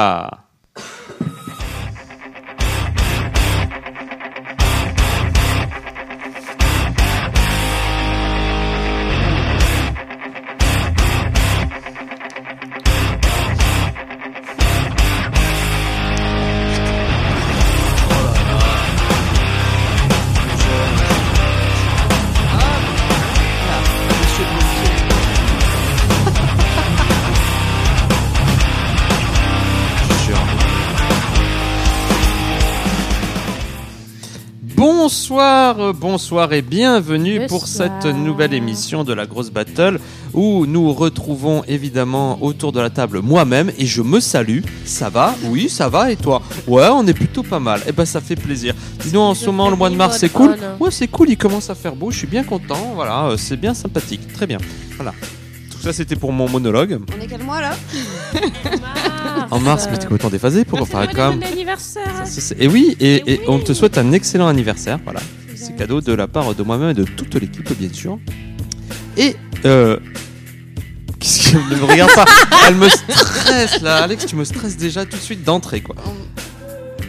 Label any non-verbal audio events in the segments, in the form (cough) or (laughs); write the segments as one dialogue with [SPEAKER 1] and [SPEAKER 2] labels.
[SPEAKER 1] Ah. Bonsoir, euh, bonsoir et bienvenue pour
[SPEAKER 2] Bonsoir.
[SPEAKER 1] cette nouvelle émission de la grosse battle où nous retrouvons évidemment autour de la table moi-même et je me salue. Ça va Oui, ça va et toi Ouais, on est plutôt pas mal. Eh ben ça fait plaisir. Dis-nous en
[SPEAKER 2] Je
[SPEAKER 1] ce moment le mois de mars c'est cool.
[SPEAKER 2] frivote, Anne.
[SPEAKER 1] Ouais, c'est cool, il commence à faire beau, je suis bien content. Voilà, euh, c'est bien sympathique. Très bien. Voilà. Tout ça c'était pour mon monologue.
[SPEAKER 3] On est quel mois là
[SPEAKER 1] En mars, mais t'es complètement déphasé pour
[SPEAKER 2] Ah,
[SPEAKER 1] faire comme
[SPEAKER 2] l'anniversaire hein.
[SPEAKER 1] C'est- c'est- Et oui, et,
[SPEAKER 2] Et
[SPEAKER 1] et
[SPEAKER 2] oui.
[SPEAKER 1] on te souhaite un excellent anniversaire. Voilà, c'est cadeau de la part de moi-même et de toute l'équipe, bien sûr. Et euh, qu'est-ce que ne me regarde pas Elle me stresse là, Alex, tu me stresses déjà tout de suite d'entrée quoi.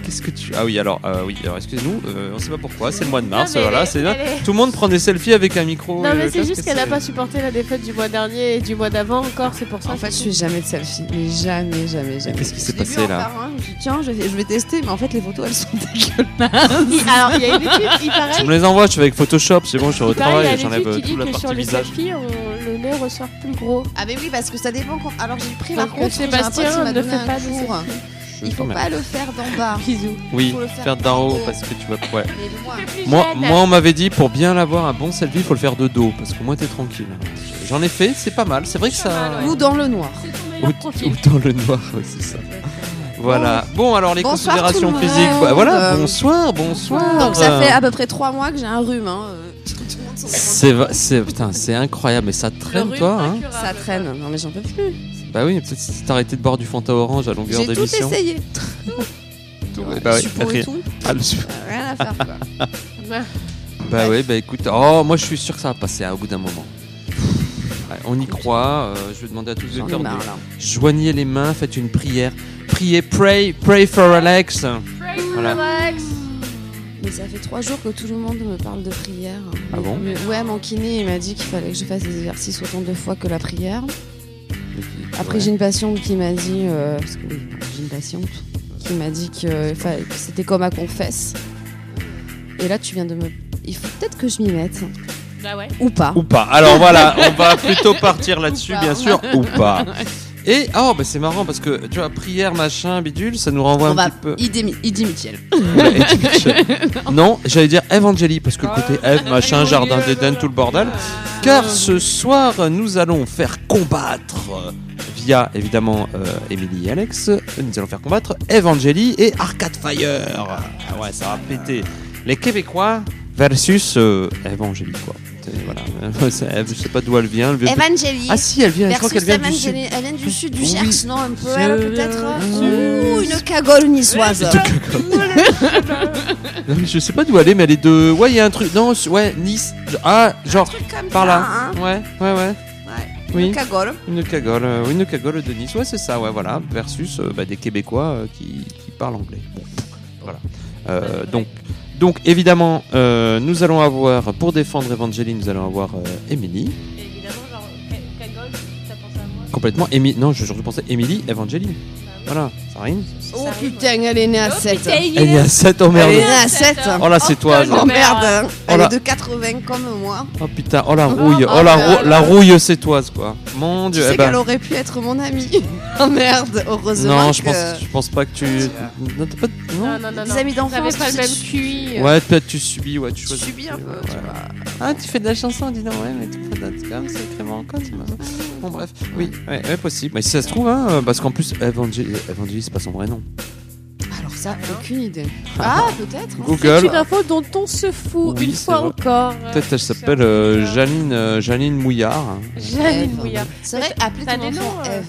[SPEAKER 1] Qu'est-ce que tu Ah oui, alors euh, oui, alors excusez-nous, euh, on sait pas pourquoi, c'est le mois de mars, voilà, c'est tout le monde prend des selfies avec un micro.
[SPEAKER 2] Non
[SPEAKER 1] et
[SPEAKER 2] mais
[SPEAKER 1] le
[SPEAKER 2] c'est
[SPEAKER 1] casque,
[SPEAKER 2] juste
[SPEAKER 1] et
[SPEAKER 2] qu'elle
[SPEAKER 1] c'est-
[SPEAKER 2] n'a pas supporté la défaite du mois dernier et du mois d'avant encore, c'est pour ça.
[SPEAKER 3] En fait, je fais jamais de selfie. Mais jamais, jamais, jamais.
[SPEAKER 1] Qu'est-ce qui s'est
[SPEAKER 3] Je l'ai vu
[SPEAKER 1] passé,
[SPEAKER 3] en
[SPEAKER 1] là
[SPEAKER 3] faire hein. un, Je me suis dit, tiens, je vais, je vais tester, mais en fait, les photos elles sont dégueulasses.
[SPEAKER 2] Alors il y a une étude, il
[SPEAKER 1] Tu
[SPEAKER 2] paraît,
[SPEAKER 1] me les envoies, je fais avec Photoshop, c'est bon, je suis au
[SPEAKER 2] il paraît, il y
[SPEAKER 1] travail,
[SPEAKER 2] a une
[SPEAKER 1] j'enlève
[SPEAKER 2] étude
[SPEAKER 1] euh,
[SPEAKER 2] qui
[SPEAKER 1] tout
[SPEAKER 2] dit
[SPEAKER 1] la
[SPEAKER 2] que
[SPEAKER 1] partie
[SPEAKER 2] sur les
[SPEAKER 1] visage.
[SPEAKER 2] selfies, on- le nez ressort plus gros.
[SPEAKER 3] Ah, mais oui, parce que ça dépend. qu'on- Alors, j'ai pris la
[SPEAKER 2] Donc
[SPEAKER 3] rencontre. j'ai un pote qui
[SPEAKER 2] Sébastien
[SPEAKER 3] m'a
[SPEAKER 2] ne
[SPEAKER 3] donné
[SPEAKER 2] fait
[SPEAKER 3] un
[SPEAKER 2] pas de
[SPEAKER 3] cours.
[SPEAKER 2] selfies.
[SPEAKER 3] Il faut
[SPEAKER 1] Je-
[SPEAKER 3] pas le faire d'en bas. (laughs)
[SPEAKER 2] Bisous.
[SPEAKER 1] Oui,
[SPEAKER 3] faut le faire
[SPEAKER 1] faire d'en
[SPEAKER 3] en
[SPEAKER 1] haut
[SPEAKER 3] haut.
[SPEAKER 1] parce que tu vas ouais.
[SPEAKER 3] Mais loin.
[SPEAKER 1] Moi, moi, on m'avait dit pour bien l'avoir un bon selfie, faut le faire de dos parce qu'au moins t'es tranquille. J'en ai fait, c'est pas mal. C'est vrai que ça.
[SPEAKER 3] Ou dans le noir.
[SPEAKER 1] Ou, ou dans le noir, ouais, c'est ça. Voilà. Bon, alors les
[SPEAKER 3] Bonsoir
[SPEAKER 1] considérations
[SPEAKER 3] tout le monde.
[SPEAKER 1] physiques. bah, voilà.
[SPEAKER 3] Euh,
[SPEAKER 1] Bonsoir, bonsoir.
[SPEAKER 3] Donc, ça fait à peu près trois mois que j'ai un rhume. hein, euh, tout le monde s'en rend
[SPEAKER 1] C'est va- c'est putain, c'est incroyable, mais ça traîne toi. Hein.
[SPEAKER 3] compte. Ça traîne. Non, mais j'en peux plus.
[SPEAKER 1] Bah oui, peut-être si t'arrêtais de boire du Fanta Orange à longueur
[SPEAKER 3] J'ai tout
[SPEAKER 1] d'émission.
[SPEAKER 3] essayé.
[SPEAKER 1] Ouais, Bah
[SPEAKER 3] Je suis
[SPEAKER 1] oui,
[SPEAKER 3] pour et
[SPEAKER 1] rien-
[SPEAKER 3] tout.
[SPEAKER 1] ah, le sup-
[SPEAKER 3] Euh, Rien à faire,
[SPEAKER 1] (laughs)
[SPEAKER 3] quoi.
[SPEAKER 1] Bah ouais, bah écoute, oh moi je suis sûr que ça va passer hein, au bout d'un
[SPEAKER 3] (laughs)
[SPEAKER 1] moment. Ouais, on y croit. euh, je vais demander à tous de
[SPEAKER 3] J'en ai
[SPEAKER 1] cœur de
[SPEAKER 3] marre, là.
[SPEAKER 1] Joignez les mains, faites une prière. Priez, pray, pray for Alex. Voilà.
[SPEAKER 3] Mais ça fait trois jours que tout le monde me parle de prière.
[SPEAKER 1] Ah
[SPEAKER 3] Mais-
[SPEAKER 1] bon
[SPEAKER 3] mais- Ouais, mon kiné, il m'a dit qu'il fallait que je fasse des exercices autant de fois que la prière. Après, j'ai une patiente qui m'a dit. euh, parce que oui, j'ai une patiente qui m'a dit que, enfin, que c'était comme à confesse. Et là, tu viens de me. Il faut peut-être que je m'y mette.
[SPEAKER 2] Bah ouais.
[SPEAKER 3] Ou pas.
[SPEAKER 1] Ou pas. Alors voilà, on
[SPEAKER 3] (laughs)
[SPEAKER 1] va plutôt partir là-dessus,
[SPEAKER 3] Ou pas.
[SPEAKER 1] bien sûr, ou pas. Et oh, bah c'est marrant parce que tu vois, prière, machin, bidule, ça nous renvoie
[SPEAKER 3] On
[SPEAKER 1] un
[SPEAKER 3] va.
[SPEAKER 1] petit peu.
[SPEAKER 3] Idi Mi- Idi Mitchell.
[SPEAKER 1] Ouais, et tu-
[SPEAKER 3] (laughs)
[SPEAKER 1] non, j'allais dire Evangélie parce que le côté Eve,
[SPEAKER 3] Ah,
[SPEAKER 1] machin, jardin d'Éden, tout le bordel. Car ce soir, nous allons faire combattre euh, via évidemment euh, Emily et Alex. euh, Nous allons faire combattre Evangélie et Arcade Fire. Ah ouais, ça va péter. Les Québécois versus euh, Evangélie quoi. C'est- Voilà. (laughs) C'est- elle, Je sais pas d'où elle vient. Elle vient peut-
[SPEAKER 3] Evangélie.
[SPEAKER 1] ah si, elle vient. Je crois
[SPEAKER 3] Versus
[SPEAKER 1] qu'elle vient du sud.
[SPEAKER 3] Evangélie. Elle vient du sud, du
[SPEAKER 1] Oui.
[SPEAKER 3] Gers, non Un peu,
[SPEAKER 1] Je-
[SPEAKER 3] elle, peut-être euh,
[SPEAKER 1] Je-
[SPEAKER 3] Ouh, une cagole niçoise.
[SPEAKER 1] Non, mais Je sais pas d'où elle est, mais elle est de. Ouais, il y a un truc. Non, c'est- ouais, Nice. Ah, genre
[SPEAKER 3] truc comme
[SPEAKER 1] par
[SPEAKER 3] ça,
[SPEAKER 1] là.
[SPEAKER 3] hein.
[SPEAKER 1] Ouais, ouais, ouais.
[SPEAKER 3] Ouais.
[SPEAKER 1] Oui.
[SPEAKER 3] Une cagole.
[SPEAKER 1] Une cagole, euh, une cagole de Nice, ouais c'est ça, ouais voilà, versus euh, bah, des Québécois euh, qui, qui parlent anglais. Bon, voilà.
[SPEAKER 2] Bah,
[SPEAKER 1] Euh, donc, donc évidemment, euh, nous allons avoir, pour défendre Evangeline, nous allons avoir euh, Emily,
[SPEAKER 2] Évidemment, genre, Kagol, t'as pensé à moi
[SPEAKER 1] complètement Emily, non je, je pensais Emily, Evangeline, voilà, ça rime.
[SPEAKER 3] Oh putain, elle est née
[SPEAKER 1] Oh,
[SPEAKER 3] à 7.
[SPEAKER 1] Elle est à 7, oh
[SPEAKER 3] Elle est
[SPEAKER 1] merde,
[SPEAKER 3] née à 7.
[SPEAKER 1] oh là c'est toi,
[SPEAKER 2] putain,
[SPEAKER 1] là.
[SPEAKER 3] Oh merde, hein. elle
[SPEAKER 1] là.
[SPEAKER 3] est de 80 comme moi.
[SPEAKER 1] oh putain, oh la rouille, oh la,
[SPEAKER 3] merde.
[SPEAKER 1] rou- la rouille c'est toi quoi, mon
[SPEAKER 3] Tu
[SPEAKER 1] dieu,
[SPEAKER 3] sais
[SPEAKER 1] eh ben,
[SPEAKER 3] qu'elle aurait pu être mon amie. (laughs) Oh merde, heureusement
[SPEAKER 1] non je
[SPEAKER 3] que
[SPEAKER 1] pense, je pense pas que tu, non, t'as pas, non
[SPEAKER 2] Non, non, non.
[SPEAKER 3] des amis d'enfance,
[SPEAKER 2] T'avais pas
[SPEAKER 3] tu
[SPEAKER 2] le
[SPEAKER 3] sais,
[SPEAKER 2] même
[SPEAKER 3] tu-
[SPEAKER 2] QI.
[SPEAKER 1] Ouais, peut-être tu subis, ouais, tu
[SPEAKER 3] tu
[SPEAKER 1] choisis.
[SPEAKER 3] euh, subis un peu.
[SPEAKER 1] Ouais,
[SPEAKER 3] tu
[SPEAKER 1] ouais.
[SPEAKER 3] vois.
[SPEAKER 1] Ah, tu fais de la chanson, dis donc, ouais, mais tu fais de la c'est quand même sacrément con. tu vois. Bon, bref, oui, ouais, ouais, possible. Mais si ça se trouve, hein, euh, parce qu'en plus, Evangélie, c'est pas son vrai nom.
[SPEAKER 3] Alors ça, aucune idée. Ah, peut-être. hein.
[SPEAKER 2] C'est
[SPEAKER 1] Google,
[SPEAKER 2] une info dont on se fout
[SPEAKER 1] Oui,
[SPEAKER 2] une
[SPEAKER 1] c'est
[SPEAKER 2] fois
[SPEAKER 1] vrai.
[SPEAKER 2] encore.
[SPEAKER 1] peut-être elle s'appelle euh, Janine, euh, Janine Mouillard. hein.
[SPEAKER 2] Janine
[SPEAKER 3] Ève.
[SPEAKER 2] Mouillard.
[SPEAKER 3] C'est vrai, appeler
[SPEAKER 2] T'as
[SPEAKER 3] ton
[SPEAKER 2] des noms,
[SPEAKER 3] enfant
[SPEAKER 2] euh.
[SPEAKER 3] Eve.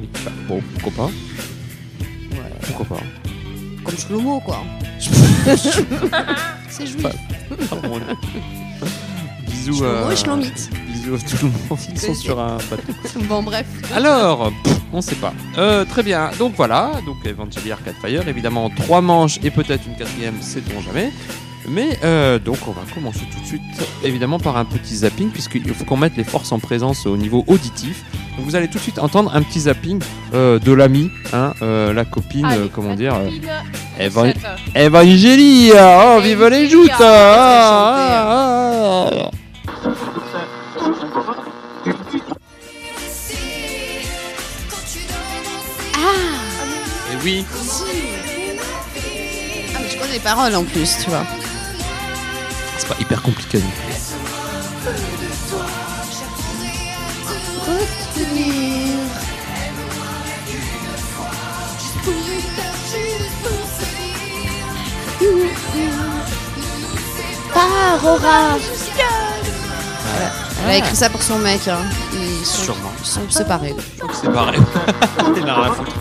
[SPEAKER 1] Oui, bah, Bon, pourquoi pas Pourquoi
[SPEAKER 3] (laughs)
[SPEAKER 1] pas
[SPEAKER 3] Comme Shlomo, quoi. C'est jouif.
[SPEAKER 1] Pas- Pardon. Bisous
[SPEAKER 3] Shlomo
[SPEAKER 1] à-
[SPEAKER 3] et Shlomit.
[SPEAKER 1] Bisous à tout le monde. Ils sont sur un bateau.
[SPEAKER 3] (laughs) Bon, bref.
[SPEAKER 1] Alors, pff, on sait pas. Euh, très bien. Donc voilà. Donc Evangelion Arcade Fire, évidemment, trois manches et peut-être une quatrième, sait-on jamais. Mais euh, donc on va commencer tout de suite, évidemment, par un petit zapping, puisqu'il faut qu'on mette les forces en présence au niveau auditif. Donc vous allez tout de suite entendre un petit zapping euh, de l'ami, hein, euh, la copine, euh, comment dire, euh, Evan- Evangelia
[SPEAKER 3] Eh,
[SPEAKER 1] Oh, vive les joutes Ah, ah,
[SPEAKER 3] hein.
[SPEAKER 1] ah, ah. Et Eh oui,
[SPEAKER 3] Ah, mais je connais les paroles en plus, tu vois.
[SPEAKER 1] c'est pas hyper compliqué.
[SPEAKER 2] Ah
[SPEAKER 3] Elle a écrit ça pour son mec. Hein. Ils sont,
[SPEAKER 1] Ah. Sûrement.
[SPEAKER 3] ils sont séparés.
[SPEAKER 1] C'est (laughs) pareil. Il n'a rien à foutre.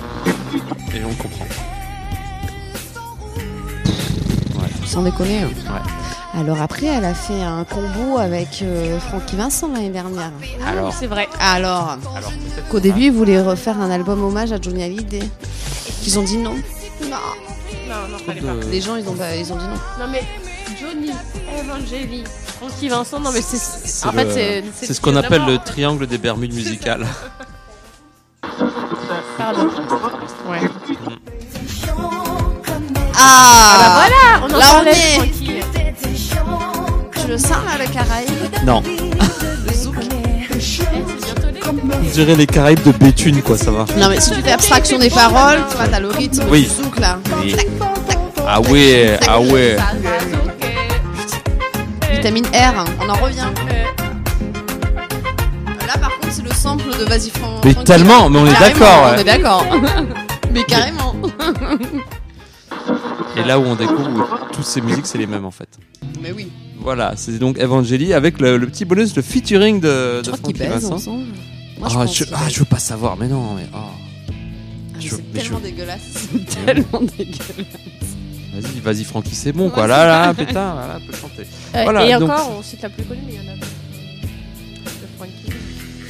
[SPEAKER 1] Et on comprend.
[SPEAKER 3] Sans déconner. hein.
[SPEAKER 1] Ouais.
[SPEAKER 3] Alors après, elle a fait un combo avec euh, Francky Vincent l'année dernière.
[SPEAKER 1] Alors,
[SPEAKER 2] C'est vrai.
[SPEAKER 3] Alors,
[SPEAKER 1] alors peut-être
[SPEAKER 3] qu'au début, ils voulaient refaire un album hommage à Johnny Hallyday. Ils ont dit non. Non.
[SPEAKER 2] Non, non,
[SPEAKER 1] trop
[SPEAKER 2] fallait pas.
[SPEAKER 1] de-
[SPEAKER 3] Les gens, ils ont, bah, ils ont dit non.
[SPEAKER 2] Non, mais Johnny, Evangeli, Francky Vincent, non, mais c'est.
[SPEAKER 1] c'est
[SPEAKER 2] En fait,
[SPEAKER 1] le-
[SPEAKER 2] c'est.
[SPEAKER 1] C'est ce qu'on appelle le triangle des Bermudes musicales.
[SPEAKER 2] Pardon. Ouais.
[SPEAKER 3] Ah,
[SPEAKER 2] Ah, on en
[SPEAKER 3] Là, on
[SPEAKER 2] parlait
[SPEAKER 3] est-
[SPEAKER 2] de Francky.
[SPEAKER 3] Tu le sens là, le Caraïbe
[SPEAKER 4] (laughs)
[SPEAKER 1] Non.
[SPEAKER 3] Le zouk
[SPEAKER 2] Eh, c'est bientôt l'été.
[SPEAKER 1] On dirait les Caraïbes de Béthune, quoi, ça va.
[SPEAKER 3] Non, mais si tu fais abstraction des paroles, tu vois, t'as le rythme
[SPEAKER 1] Oui.
[SPEAKER 3] du zouk là.
[SPEAKER 1] Oui. Ah ouais, ah ouais.
[SPEAKER 2] Ça passe, ok.
[SPEAKER 3] Vitamine R, hein, on en revient.
[SPEAKER 2] Euh,
[SPEAKER 3] Là par contre, c'est le sample de Vas-y Fran.
[SPEAKER 1] Mais
[SPEAKER 3] Francky.
[SPEAKER 1] tellement, mais on est
[SPEAKER 3] Carrément,
[SPEAKER 1] d'accord.
[SPEAKER 3] On est
[SPEAKER 1] ouais. (laughs)
[SPEAKER 3] d'accord. mais carrément.
[SPEAKER 1] Et là où on découvre où toutes ces musiques, c'est les mêmes en fait.
[SPEAKER 3] Mais oui.
[SPEAKER 1] Voilà, c'est donc Evangeli avec le, le petit bonus, le featuring de,
[SPEAKER 3] Tu
[SPEAKER 1] de
[SPEAKER 3] crois qu'ils
[SPEAKER 1] Francky
[SPEAKER 3] baisent
[SPEAKER 1] Vincent.
[SPEAKER 3] ensemble Moi,
[SPEAKER 1] Ah, je, ah, je veux pas savoir, mais non, mais. oh. je-
[SPEAKER 3] c'est
[SPEAKER 1] mais je-
[SPEAKER 3] tellement
[SPEAKER 1] (laughs)
[SPEAKER 3] dégueulasse. C'est tellement dégueulasse.
[SPEAKER 1] Vas-y, vas-y, Francky, c'est bon, quoi. Là, là, pétard, là, là, peut chanter.
[SPEAKER 2] euh,
[SPEAKER 1] Voilà,
[SPEAKER 2] et
[SPEAKER 1] donc-
[SPEAKER 2] encore, on cite la plus connue, mais il y en a. d'autres, euh, de Francky.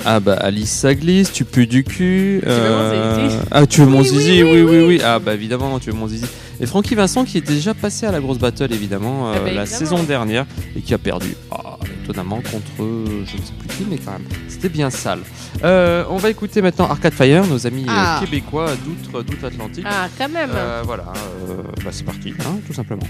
[SPEAKER 1] Ah bah Alice ça glisse, tu pues du cul.
[SPEAKER 2] veux mon zizi (laughs)
[SPEAKER 1] Ah tu veux mon
[SPEAKER 2] Oui,
[SPEAKER 1] zizi, oui
[SPEAKER 2] oui,
[SPEAKER 1] oui, oui
[SPEAKER 2] oui,
[SPEAKER 1] Ah bah évidemment tu veux mon zizi. Et Francky Vincent qui est déjà passé à la grosse battle évidemment euh,
[SPEAKER 2] Ah bah,
[SPEAKER 1] la
[SPEAKER 2] évidemment.
[SPEAKER 1] saison dernière et qui a perdu Ah, étonnamment contre euh, je ne sais plus qui mais quand même c'était bien sale. Euh, on va écouter maintenant Arcade Fire, nos amis euh,
[SPEAKER 3] Ah.
[SPEAKER 1] québécois d'outre d'outre-Atlantique.
[SPEAKER 2] Ah, quand même.
[SPEAKER 1] Euh, voilà, euh, bah, c'est parti, hein, tout simplement.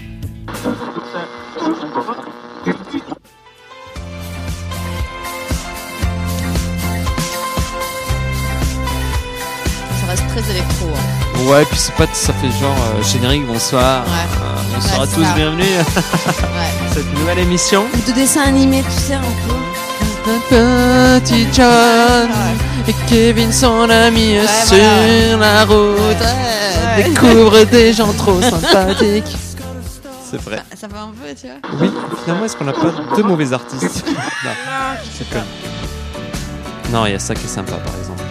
[SPEAKER 3] Ça reste très électro. hein.
[SPEAKER 1] Ouais, puis c'est pas ça fait genre euh, générique bonsoir.
[SPEAKER 3] Ouais.
[SPEAKER 1] Euh, bonsoir
[SPEAKER 3] Ouais,
[SPEAKER 1] à
[SPEAKER 3] c'est
[SPEAKER 1] tous,
[SPEAKER 3] ça.
[SPEAKER 1] bienvenue à
[SPEAKER 3] Ouais.
[SPEAKER 1] cette nouvelle émission.
[SPEAKER 3] Ou de dessin animé, tu sais, un peu.
[SPEAKER 1] Petit John et Kevin son ami
[SPEAKER 3] Ouais,
[SPEAKER 1] sur la route
[SPEAKER 3] Ouais.
[SPEAKER 1] découvre des gens trop sympathiques. (laughs) C'est vrai.
[SPEAKER 3] Ah, Ça va un peu, tu vois.
[SPEAKER 1] Oui, finalement, est-ce qu'on n'a pas deux mauvais
[SPEAKER 3] (laughs)
[SPEAKER 1] artistes Non, c'est con. Non, il y a ça qui est sympa par exemple.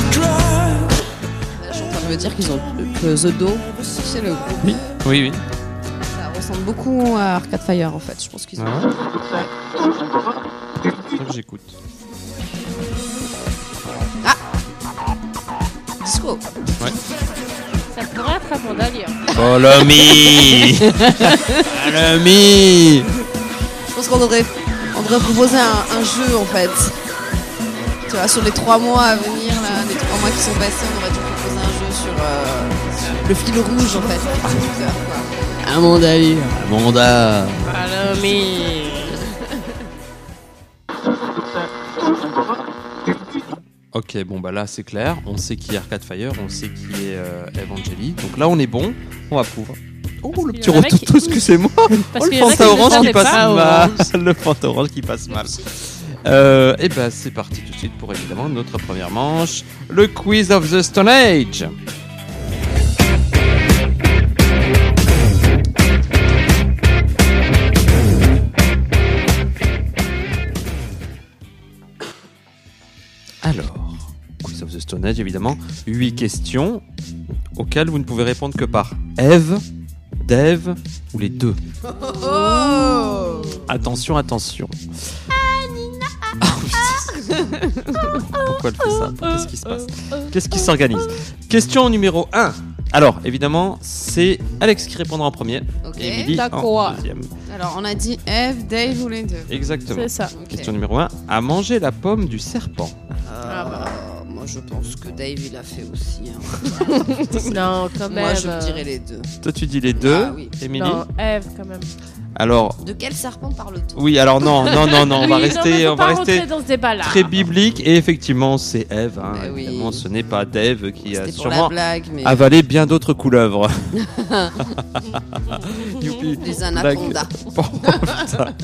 [SPEAKER 3] Là, je suis en train de me dire qu'ils ont que The Do, tu sais, le groupe.
[SPEAKER 1] Oui, oui.
[SPEAKER 3] Ça ressemble beaucoup à Arcade Fire en fait. Je pense qu'ils ont.
[SPEAKER 1] Faut que J'écoute.
[SPEAKER 3] Disco.
[SPEAKER 2] Ça pourrait être un bandalier.
[SPEAKER 1] Follow (laughs) me Follow me
[SPEAKER 3] Je pense qu'on devrait, on devrait proposer un, un jeu en fait. Tu vois, sur les trois mois à venir, là, les trois mois qui sont passés, on aurait dû proposer un jeu sur euh, le fil rouge en fait. Un mandali.
[SPEAKER 1] Amanda
[SPEAKER 2] Alors, Ah, mais.
[SPEAKER 1] Ok, bon bah là c'est clair, on sait qui est Arcade Fire, on sait qui est euh, Evangeli, donc là on est bon, on va pouvoir. Oh le
[SPEAKER 2] qu'il y
[SPEAKER 1] petit
[SPEAKER 2] en a
[SPEAKER 1] retour,
[SPEAKER 2] qui-
[SPEAKER 1] tout ce que c'est moi Oh
[SPEAKER 2] Parce
[SPEAKER 1] le
[SPEAKER 2] qu'il y en a
[SPEAKER 1] Fanta
[SPEAKER 2] qui ne
[SPEAKER 1] Orange qui
[SPEAKER 2] savaient
[SPEAKER 1] passe
[SPEAKER 2] pas.
[SPEAKER 1] mal (laughs) Le Fanta Orange qui passe mal euh, Et bah c'est parti tout de suite pour évidemment notre première manche, le Quiz of the Stone Age personnage, évidemment. Huit questions auxquelles vous ne pouvez répondre que par Eve, Dave ou les deux. Ah.
[SPEAKER 5] Oh
[SPEAKER 1] Attention, attention. Ah, putain. Pourquoi elle fait ça Qu'est-ce qui se passe Qu'est-ce qui s'organise Question numéro 1. Alors, évidemment, c'est Alex qui répondra en premier
[SPEAKER 3] Oh. Ok.
[SPEAKER 1] et Emily hein. en
[SPEAKER 5] d'accord.
[SPEAKER 1] deuxième.
[SPEAKER 3] Alors, on a dit Eve, Dave ou les deux.
[SPEAKER 1] Exactement.
[SPEAKER 5] C'est ça.
[SPEAKER 3] Ok.
[SPEAKER 1] Question numéro 1. À manger la pomme du serpent.
[SPEAKER 3] Euh, moi, je pense que Dave, il a fait aussi. hein.
[SPEAKER 2] Non, quand même.
[SPEAKER 3] Moi, je
[SPEAKER 2] euh,
[SPEAKER 3] dirais les deux.
[SPEAKER 1] Toi, tu dis les deux,
[SPEAKER 3] Ah oui.
[SPEAKER 1] Émilie
[SPEAKER 2] Non, Eve quand même.
[SPEAKER 1] Alors,
[SPEAKER 3] De quel serpent parle-t-on
[SPEAKER 1] oui, alors non, non, non, non, on va
[SPEAKER 2] Oui, non, mais
[SPEAKER 1] rester,
[SPEAKER 2] faut
[SPEAKER 1] on va
[SPEAKER 2] pas
[SPEAKER 1] rester
[SPEAKER 2] rentrer dans ce débat-là.
[SPEAKER 1] très biblique. Et effectivement, c'est Eve. Hein,
[SPEAKER 3] Eh oui.
[SPEAKER 1] Évidemment, ce n'est pas Dave qui a
[SPEAKER 3] C'était pour la
[SPEAKER 1] sûrement
[SPEAKER 3] blague, mais
[SPEAKER 1] avalé bien d'autres couleuvres.
[SPEAKER 3] (laughs)
[SPEAKER 1] Youpi.
[SPEAKER 3] les anacondas.
[SPEAKER 1] Oh, putain.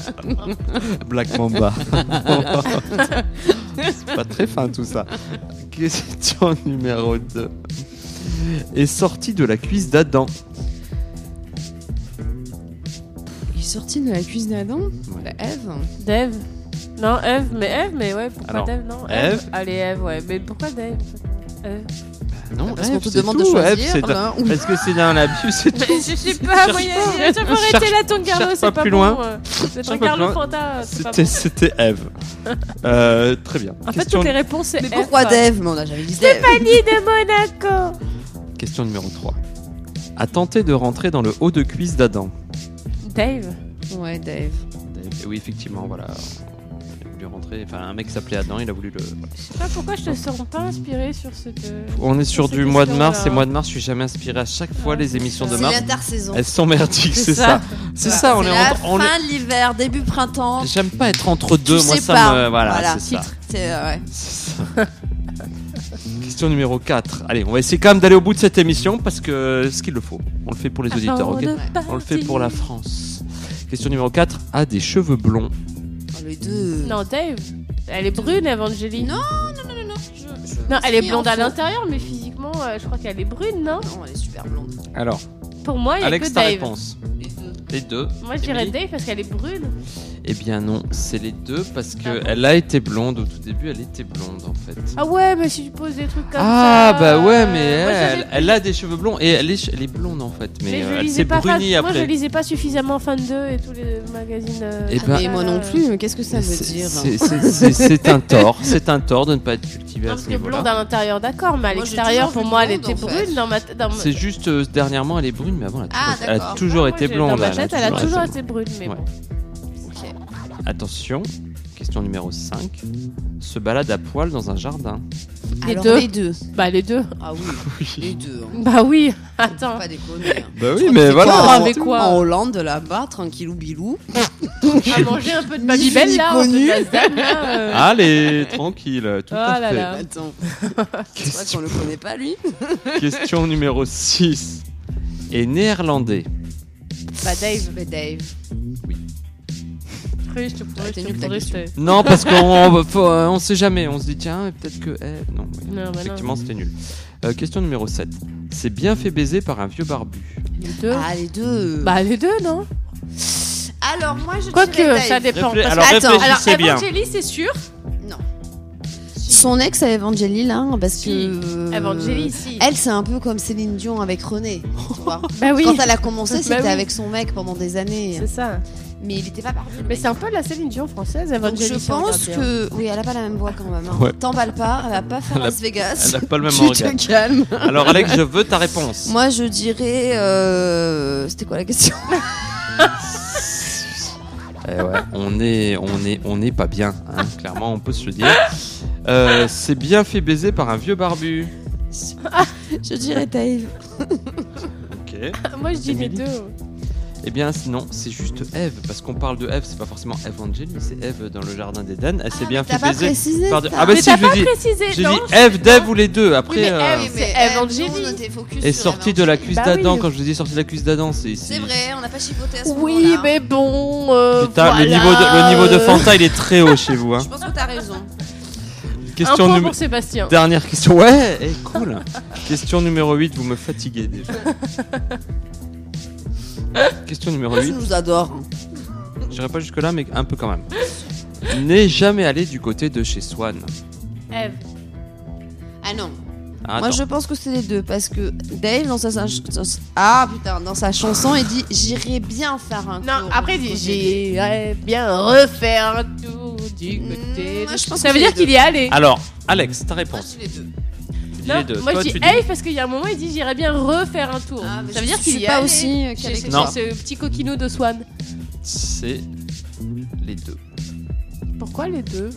[SPEAKER 1] Black (laughs) Mamba. C'est pas très fin tout ça. Question numéro 2. Est sorti de la cuisse d'Adam.
[SPEAKER 3] Il est sorti de la cuisse d'Adam Bah, Eve
[SPEAKER 2] Dev Non, Eve, mais Eve, mais ouais, pourquoi
[SPEAKER 1] Alors,
[SPEAKER 2] Dev Non,
[SPEAKER 1] Eve.
[SPEAKER 2] Allez, Eve, ouais. Mais pourquoi Dev en fait Eve.
[SPEAKER 1] Non,
[SPEAKER 3] Parce qu'on
[SPEAKER 1] Ah, Ève,
[SPEAKER 3] te
[SPEAKER 1] c'est
[SPEAKER 3] demande de
[SPEAKER 1] tout,
[SPEAKER 3] choisir.
[SPEAKER 1] Ève, c'est
[SPEAKER 3] (laughs)
[SPEAKER 1] d'un-
[SPEAKER 3] là, ou-
[SPEAKER 1] Est-ce que c'est dans l'abus
[SPEAKER 3] (laughs)
[SPEAKER 1] C'est tout.
[SPEAKER 2] Je sais (laughs) pas, moi, il y a- tu peux arrêter là ton Carlo,
[SPEAKER 1] cherche
[SPEAKER 2] c'est
[SPEAKER 1] pas
[SPEAKER 2] pas,
[SPEAKER 1] plus
[SPEAKER 2] bon,
[SPEAKER 1] loin.
[SPEAKER 2] euh, C'est
[SPEAKER 1] pas
[SPEAKER 2] un
[SPEAKER 1] plus
[SPEAKER 2] Carlo
[SPEAKER 1] loin.
[SPEAKER 2] Fanta, c'est pas
[SPEAKER 1] C'était,
[SPEAKER 2] bon.
[SPEAKER 1] c'était Eve. Euh, très bien.
[SPEAKER 2] En fait,
[SPEAKER 1] question,
[SPEAKER 2] toutes les réponses, c'est
[SPEAKER 3] Mais
[SPEAKER 2] Eve.
[SPEAKER 3] pourquoi Dave Mais on a jamais dit Dave.
[SPEAKER 2] Fanny de Monaco
[SPEAKER 1] question numéro 3. A tenté de rentrer dans le haut de cuisse d'Adam.
[SPEAKER 2] Dave
[SPEAKER 3] Ouais, Dave.
[SPEAKER 1] Et oui, effectivement, voilà. Il a voulu rentrer. Enfin, un mec s'appelait Adam, il a voulu le.
[SPEAKER 2] Je sais pas pourquoi je te sens pas inspiré sur cette. euh,
[SPEAKER 1] On est sur
[SPEAKER 2] Cette
[SPEAKER 1] du mois de mars,
[SPEAKER 2] question-là.
[SPEAKER 1] et mois de mars, je suis jamais inspiré à chaque fois
[SPEAKER 2] Ouais,
[SPEAKER 1] les
[SPEAKER 2] c'est
[SPEAKER 1] émissions
[SPEAKER 2] ça.
[SPEAKER 1] de
[SPEAKER 3] C'est
[SPEAKER 1] mars.
[SPEAKER 3] l'intersaison.
[SPEAKER 1] Elles sont merdiques, c'est
[SPEAKER 2] C'est
[SPEAKER 1] ça.
[SPEAKER 2] ça.
[SPEAKER 1] C'est ça, on est,
[SPEAKER 3] C'est la
[SPEAKER 1] entre- on est-
[SPEAKER 3] fin de l'hiver, début printemps.
[SPEAKER 1] J'aime pas être entre deux, moi
[SPEAKER 3] sais
[SPEAKER 1] ça
[SPEAKER 3] pas.
[SPEAKER 1] me. Voilà,
[SPEAKER 3] Voilà,
[SPEAKER 1] c'est ça.
[SPEAKER 3] C'est euh, ouais.
[SPEAKER 1] C'est ça. Question numéro 4. Allez, on va essayer quand même d'aller au bout de cette émission parce que ce qu'il le faut. On le fait pour les auditeurs,
[SPEAKER 2] Avant
[SPEAKER 1] ok
[SPEAKER 2] de
[SPEAKER 1] On le fait pour la
[SPEAKER 2] partir.
[SPEAKER 1] France. Question numéro 4. A des cheveux blonds.
[SPEAKER 3] Oh, les deux.
[SPEAKER 2] Non, Dave Elle est brune, Evangélie.
[SPEAKER 3] Non, non, non, non. je- je-
[SPEAKER 2] Non, elle est
[SPEAKER 3] si,
[SPEAKER 2] blonde
[SPEAKER 3] en
[SPEAKER 2] à
[SPEAKER 3] fait.
[SPEAKER 2] l'intérieur, mais physiquement, euh, je crois qu'elle est brune, non
[SPEAKER 3] Non, elle est super blonde.
[SPEAKER 1] Alors,
[SPEAKER 2] Pour moi, il y a
[SPEAKER 1] Alex,
[SPEAKER 2] que
[SPEAKER 1] ta
[SPEAKER 2] Dave.
[SPEAKER 1] réponse.
[SPEAKER 3] Les deux.
[SPEAKER 1] Les deux.
[SPEAKER 2] Moi, je dirais
[SPEAKER 1] Émilie
[SPEAKER 2] Dave parce qu'elle est brune.
[SPEAKER 1] Eh bien non, c'est les deux parce
[SPEAKER 2] Ah
[SPEAKER 1] que
[SPEAKER 2] bon
[SPEAKER 1] elle a été blonde au tout début, elle était blonde en fait.
[SPEAKER 2] Ah ouais, mais si tu poses des trucs comme
[SPEAKER 1] Ah,
[SPEAKER 2] ça.
[SPEAKER 1] bah ouais,
[SPEAKER 2] euh,
[SPEAKER 1] mais
[SPEAKER 2] moi,
[SPEAKER 1] elle,
[SPEAKER 2] j'avais-
[SPEAKER 1] elle, elle a des cheveux blonds et elle est, elle est blonde en fait, mais,
[SPEAKER 2] mais je
[SPEAKER 1] euh, elle
[SPEAKER 2] lisais
[SPEAKER 1] s'est
[SPEAKER 2] pas fan-
[SPEAKER 1] brunie
[SPEAKER 2] Moi, je
[SPEAKER 1] après.
[SPEAKER 2] lisais pas suffisamment Fan 2 et tous les magazines. euh,
[SPEAKER 1] Eh
[SPEAKER 2] comme
[SPEAKER 1] ben-
[SPEAKER 2] ça,
[SPEAKER 3] Ah, mais moi
[SPEAKER 2] là.
[SPEAKER 3] non plus, mais qu'est-ce que ça veut
[SPEAKER 1] C'est-
[SPEAKER 3] dire
[SPEAKER 1] c'est- c'est- c'est- C'est un tort, c'est un tort de ne pas être cultivé euh,
[SPEAKER 2] Non,
[SPEAKER 1] à
[SPEAKER 2] parce
[SPEAKER 1] ce
[SPEAKER 2] que blonde hein.
[SPEAKER 1] niveau-là.
[SPEAKER 2] à l'intérieur, d'accord, mais à
[SPEAKER 3] Moi, j'ai
[SPEAKER 2] l'extérieur,
[SPEAKER 3] toujours
[SPEAKER 2] pour
[SPEAKER 3] vu
[SPEAKER 2] moi, elle
[SPEAKER 3] blonde,
[SPEAKER 2] était
[SPEAKER 3] en fait.
[SPEAKER 2] brune. Dans ma, dans ma-
[SPEAKER 1] C'est juste euh, dernièrement elle est brune, mais avant elle a
[SPEAKER 3] Ah,
[SPEAKER 1] toujours, elle a
[SPEAKER 3] d'accord.
[SPEAKER 1] toujours
[SPEAKER 2] Ah, moi,
[SPEAKER 1] été
[SPEAKER 2] j'ai-
[SPEAKER 1] blonde.
[SPEAKER 2] Dans ma
[SPEAKER 1] elle a
[SPEAKER 2] tête, elle a toujours
[SPEAKER 1] été
[SPEAKER 2] été brune, mais
[SPEAKER 1] Ouais.
[SPEAKER 2] bon.
[SPEAKER 3] hein
[SPEAKER 1] blonde. Attention, question numéro 5. Se balade à poil dans un jardin.
[SPEAKER 2] Les
[SPEAKER 3] Alors,
[SPEAKER 2] deux.
[SPEAKER 3] les deux.
[SPEAKER 2] Bah, les deux.
[SPEAKER 1] (laughs)
[SPEAKER 3] Ah oui, les deux. hein.
[SPEAKER 2] Bah oui, attends.
[SPEAKER 3] Pas déconner. hein.
[SPEAKER 1] Bah
[SPEAKER 3] Je crois que c'est
[SPEAKER 2] voilà.
[SPEAKER 3] pas en-
[SPEAKER 2] Oh, Avec quoi
[SPEAKER 3] En Hollande, là-bas, tranquillou bilou.
[SPEAKER 2] À manger un peu de
[SPEAKER 3] Ni Ah.
[SPEAKER 2] Babybel,
[SPEAKER 3] vu,
[SPEAKER 2] là, un
[SPEAKER 3] ni
[SPEAKER 2] peu de
[SPEAKER 3] connu.
[SPEAKER 2] Bazem, là, euh.
[SPEAKER 1] Allez, tranquille, tout
[SPEAKER 2] Oh
[SPEAKER 1] à
[SPEAKER 2] là
[SPEAKER 1] fait.
[SPEAKER 2] là.
[SPEAKER 3] Attends, c'est vrai
[SPEAKER 1] Question,
[SPEAKER 3] qu'on le connaît pas, lui.
[SPEAKER 1] question numéro 6. Et néerlandais.
[SPEAKER 2] Bah, Dave.
[SPEAKER 3] Mais Dave.
[SPEAKER 2] Oui, je te promets,
[SPEAKER 3] Ah, t'es
[SPEAKER 2] je te
[SPEAKER 3] nul, ta
[SPEAKER 2] promets, je te-
[SPEAKER 1] Non, parce qu'on faut, euh, on sait jamais. On se dit, tiens, peut-être que. eh, non, oui.
[SPEAKER 2] Non, bah non.
[SPEAKER 1] effectivement, c'était nul. Euh, question numéro 7. C'est bien fait baiser par un vieux barbu.
[SPEAKER 2] Les deux
[SPEAKER 3] Ah, les deux.
[SPEAKER 2] Bah, les deux, non
[SPEAKER 3] Alors, moi, je dirais
[SPEAKER 2] Quoique,
[SPEAKER 3] Dave.
[SPEAKER 2] ça dépend.
[SPEAKER 1] Réflé-
[SPEAKER 2] parce que-
[SPEAKER 1] alors,
[SPEAKER 3] Attends,
[SPEAKER 1] réfléchissez bien.
[SPEAKER 2] Evangélie, c'est sûr
[SPEAKER 3] Non. Son ex à Evangélie, là, hein, parce
[SPEAKER 2] Si.
[SPEAKER 3] que.
[SPEAKER 2] Evangélie, si.
[SPEAKER 3] Elle, c'est un peu comme Céline Dion avec René. tu vois.
[SPEAKER 2] Bah (laughs) oui,
[SPEAKER 3] Quand elle a commencé,
[SPEAKER 2] Bah
[SPEAKER 3] c'était
[SPEAKER 2] oui.
[SPEAKER 3] avec son mec pendant des années.
[SPEAKER 2] c'est ça.
[SPEAKER 3] Mais il était pas barbu. le
[SPEAKER 2] Mais
[SPEAKER 3] mec.
[SPEAKER 2] c'est un peu la Céline Dion française,
[SPEAKER 3] Donc
[SPEAKER 2] Evangélie.
[SPEAKER 3] je
[SPEAKER 2] si on regarde
[SPEAKER 3] pense
[SPEAKER 2] bien.
[SPEAKER 3] que. Oui, elle a pas la même voix quand même. hein.
[SPEAKER 1] Ouais.
[SPEAKER 3] T'emballes pas, elle va pas faire
[SPEAKER 1] Elle a-
[SPEAKER 3] Las Vegas.
[SPEAKER 1] Elle
[SPEAKER 3] (laughs)
[SPEAKER 1] n'a pas le même
[SPEAKER 3] Tu
[SPEAKER 1] regard.
[SPEAKER 3] te calmes.
[SPEAKER 1] Alors, Alex, je veux ta réponse.
[SPEAKER 3] Moi, je dirais. euh, C'était quoi la question
[SPEAKER 1] Eh ouais, on est, on est, on n'est pas bien. hein, Clairement, on peut se le dire. Euh, c'est bien fait baiser par un vieux barbu.
[SPEAKER 3] Je dirais Dave.
[SPEAKER 1] Ok.
[SPEAKER 2] Moi, je dis les
[SPEAKER 1] Émilie.
[SPEAKER 2] deux.
[SPEAKER 1] Eh bien, sinon, c'est juste Eve, parce qu'on parle de Eve, c'est pas forcément Evangélie, c'est Eve dans le jardin d'Éden. Elle s'est bien
[SPEAKER 3] Ah, T'as
[SPEAKER 1] fait
[SPEAKER 3] pas
[SPEAKER 1] baiser.
[SPEAKER 3] précisé.
[SPEAKER 1] par de-
[SPEAKER 3] ça.
[SPEAKER 1] Ah bah
[SPEAKER 2] Mais
[SPEAKER 1] si,
[SPEAKER 2] t'as
[SPEAKER 1] je
[SPEAKER 2] pas
[SPEAKER 1] dis,
[SPEAKER 2] précisé,
[SPEAKER 1] j'ai
[SPEAKER 2] non
[SPEAKER 1] dit Eve, Dave ou les deux. Après,
[SPEAKER 2] mais
[SPEAKER 1] euh,
[SPEAKER 2] Ève,
[SPEAKER 3] Oui, mais
[SPEAKER 2] C'est
[SPEAKER 3] Ève,
[SPEAKER 2] Evangélie.
[SPEAKER 3] nous, on était focus
[SPEAKER 1] est
[SPEAKER 3] sur
[SPEAKER 1] sortie de la
[SPEAKER 3] Evangélie.
[SPEAKER 1] cuisse
[SPEAKER 2] Bah
[SPEAKER 1] d'Adam.
[SPEAKER 2] oui.
[SPEAKER 1] Quand je vous dis sortie de la cuisse d'Adam, c'est
[SPEAKER 3] C'est vrai, on n'a pas chipoté à ce
[SPEAKER 2] Oui,
[SPEAKER 3] moment-là.
[SPEAKER 2] mais bon. euh,
[SPEAKER 1] Putain, le,
[SPEAKER 2] voilà,
[SPEAKER 1] niveau de, le niveau de
[SPEAKER 2] euh,
[SPEAKER 1] Fanta, il est très haut chez vous. Hein.
[SPEAKER 3] Je pense que t'as raison.
[SPEAKER 2] Un
[SPEAKER 1] Question
[SPEAKER 2] point
[SPEAKER 1] numéro.
[SPEAKER 2] pour Sébastien.
[SPEAKER 1] Dernière question. Ouais, eh, cool. question numéro 8, vous me fatiguez
[SPEAKER 3] (laughs)
[SPEAKER 1] déjà. question numéro
[SPEAKER 3] Tu
[SPEAKER 1] 8,
[SPEAKER 3] nous adores.
[SPEAKER 1] j'irai pas jusque-là, mais un peu quand même. N'est jamais allé du côté de chez Swan.
[SPEAKER 2] Eve.
[SPEAKER 3] Ah non,
[SPEAKER 1] Attends.
[SPEAKER 3] Moi, je pense que c'est les deux parce que Dave, dans sa, sa- sa- ah, putain, dans sa chanson, il dit J'irai bien faire un
[SPEAKER 5] Non,
[SPEAKER 3] tour.
[SPEAKER 5] après,
[SPEAKER 3] du
[SPEAKER 5] j'ai-
[SPEAKER 3] côté
[SPEAKER 5] j'irais bien refaire un tour du
[SPEAKER 2] Hmm,
[SPEAKER 3] Mm,
[SPEAKER 5] côté.
[SPEAKER 3] moi,
[SPEAKER 5] de-
[SPEAKER 3] je pense
[SPEAKER 2] Ça
[SPEAKER 3] que
[SPEAKER 2] veut
[SPEAKER 3] c'est
[SPEAKER 2] dire
[SPEAKER 3] les
[SPEAKER 2] qu'il y est allé.
[SPEAKER 1] Alors, Alex, ta réponse.
[SPEAKER 5] des- les deux.
[SPEAKER 1] Tu dis
[SPEAKER 2] Non,
[SPEAKER 1] les deux.
[SPEAKER 2] moi
[SPEAKER 1] Toi,
[SPEAKER 2] je
[SPEAKER 1] tu
[SPEAKER 2] dis
[SPEAKER 1] dis-
[SPEAKER 2] hey parce qu'il y a un moment il dit j'irais bien refaire un tour.
[SPEAKER 5] Ah, mais
[SPEAKER 2] ça veut
[SPEAKER 5] je
[SPEAKER 2] dire
[SPEAKER 3] Je
[SPEAKER 2] qu'il
[SPEAKER 3] suis
[SPEAKER 2] y
[SPEAKER 3] pas
[SPEAKER 2] a
[SPEAKER 3] aussi euh,
[SPEAKER 2] allé chez,
[SPEAKER 3] calée que
[SPEAKER 2] chez-
[SPEAKER 1] Non.
[SPEAKER 3] toi.
[SPEAKER 2] chez ce petit coquino de Swan.
[SPEAKER 1] C'est les deux.
[SPEAKER 2] Pourquoi les deux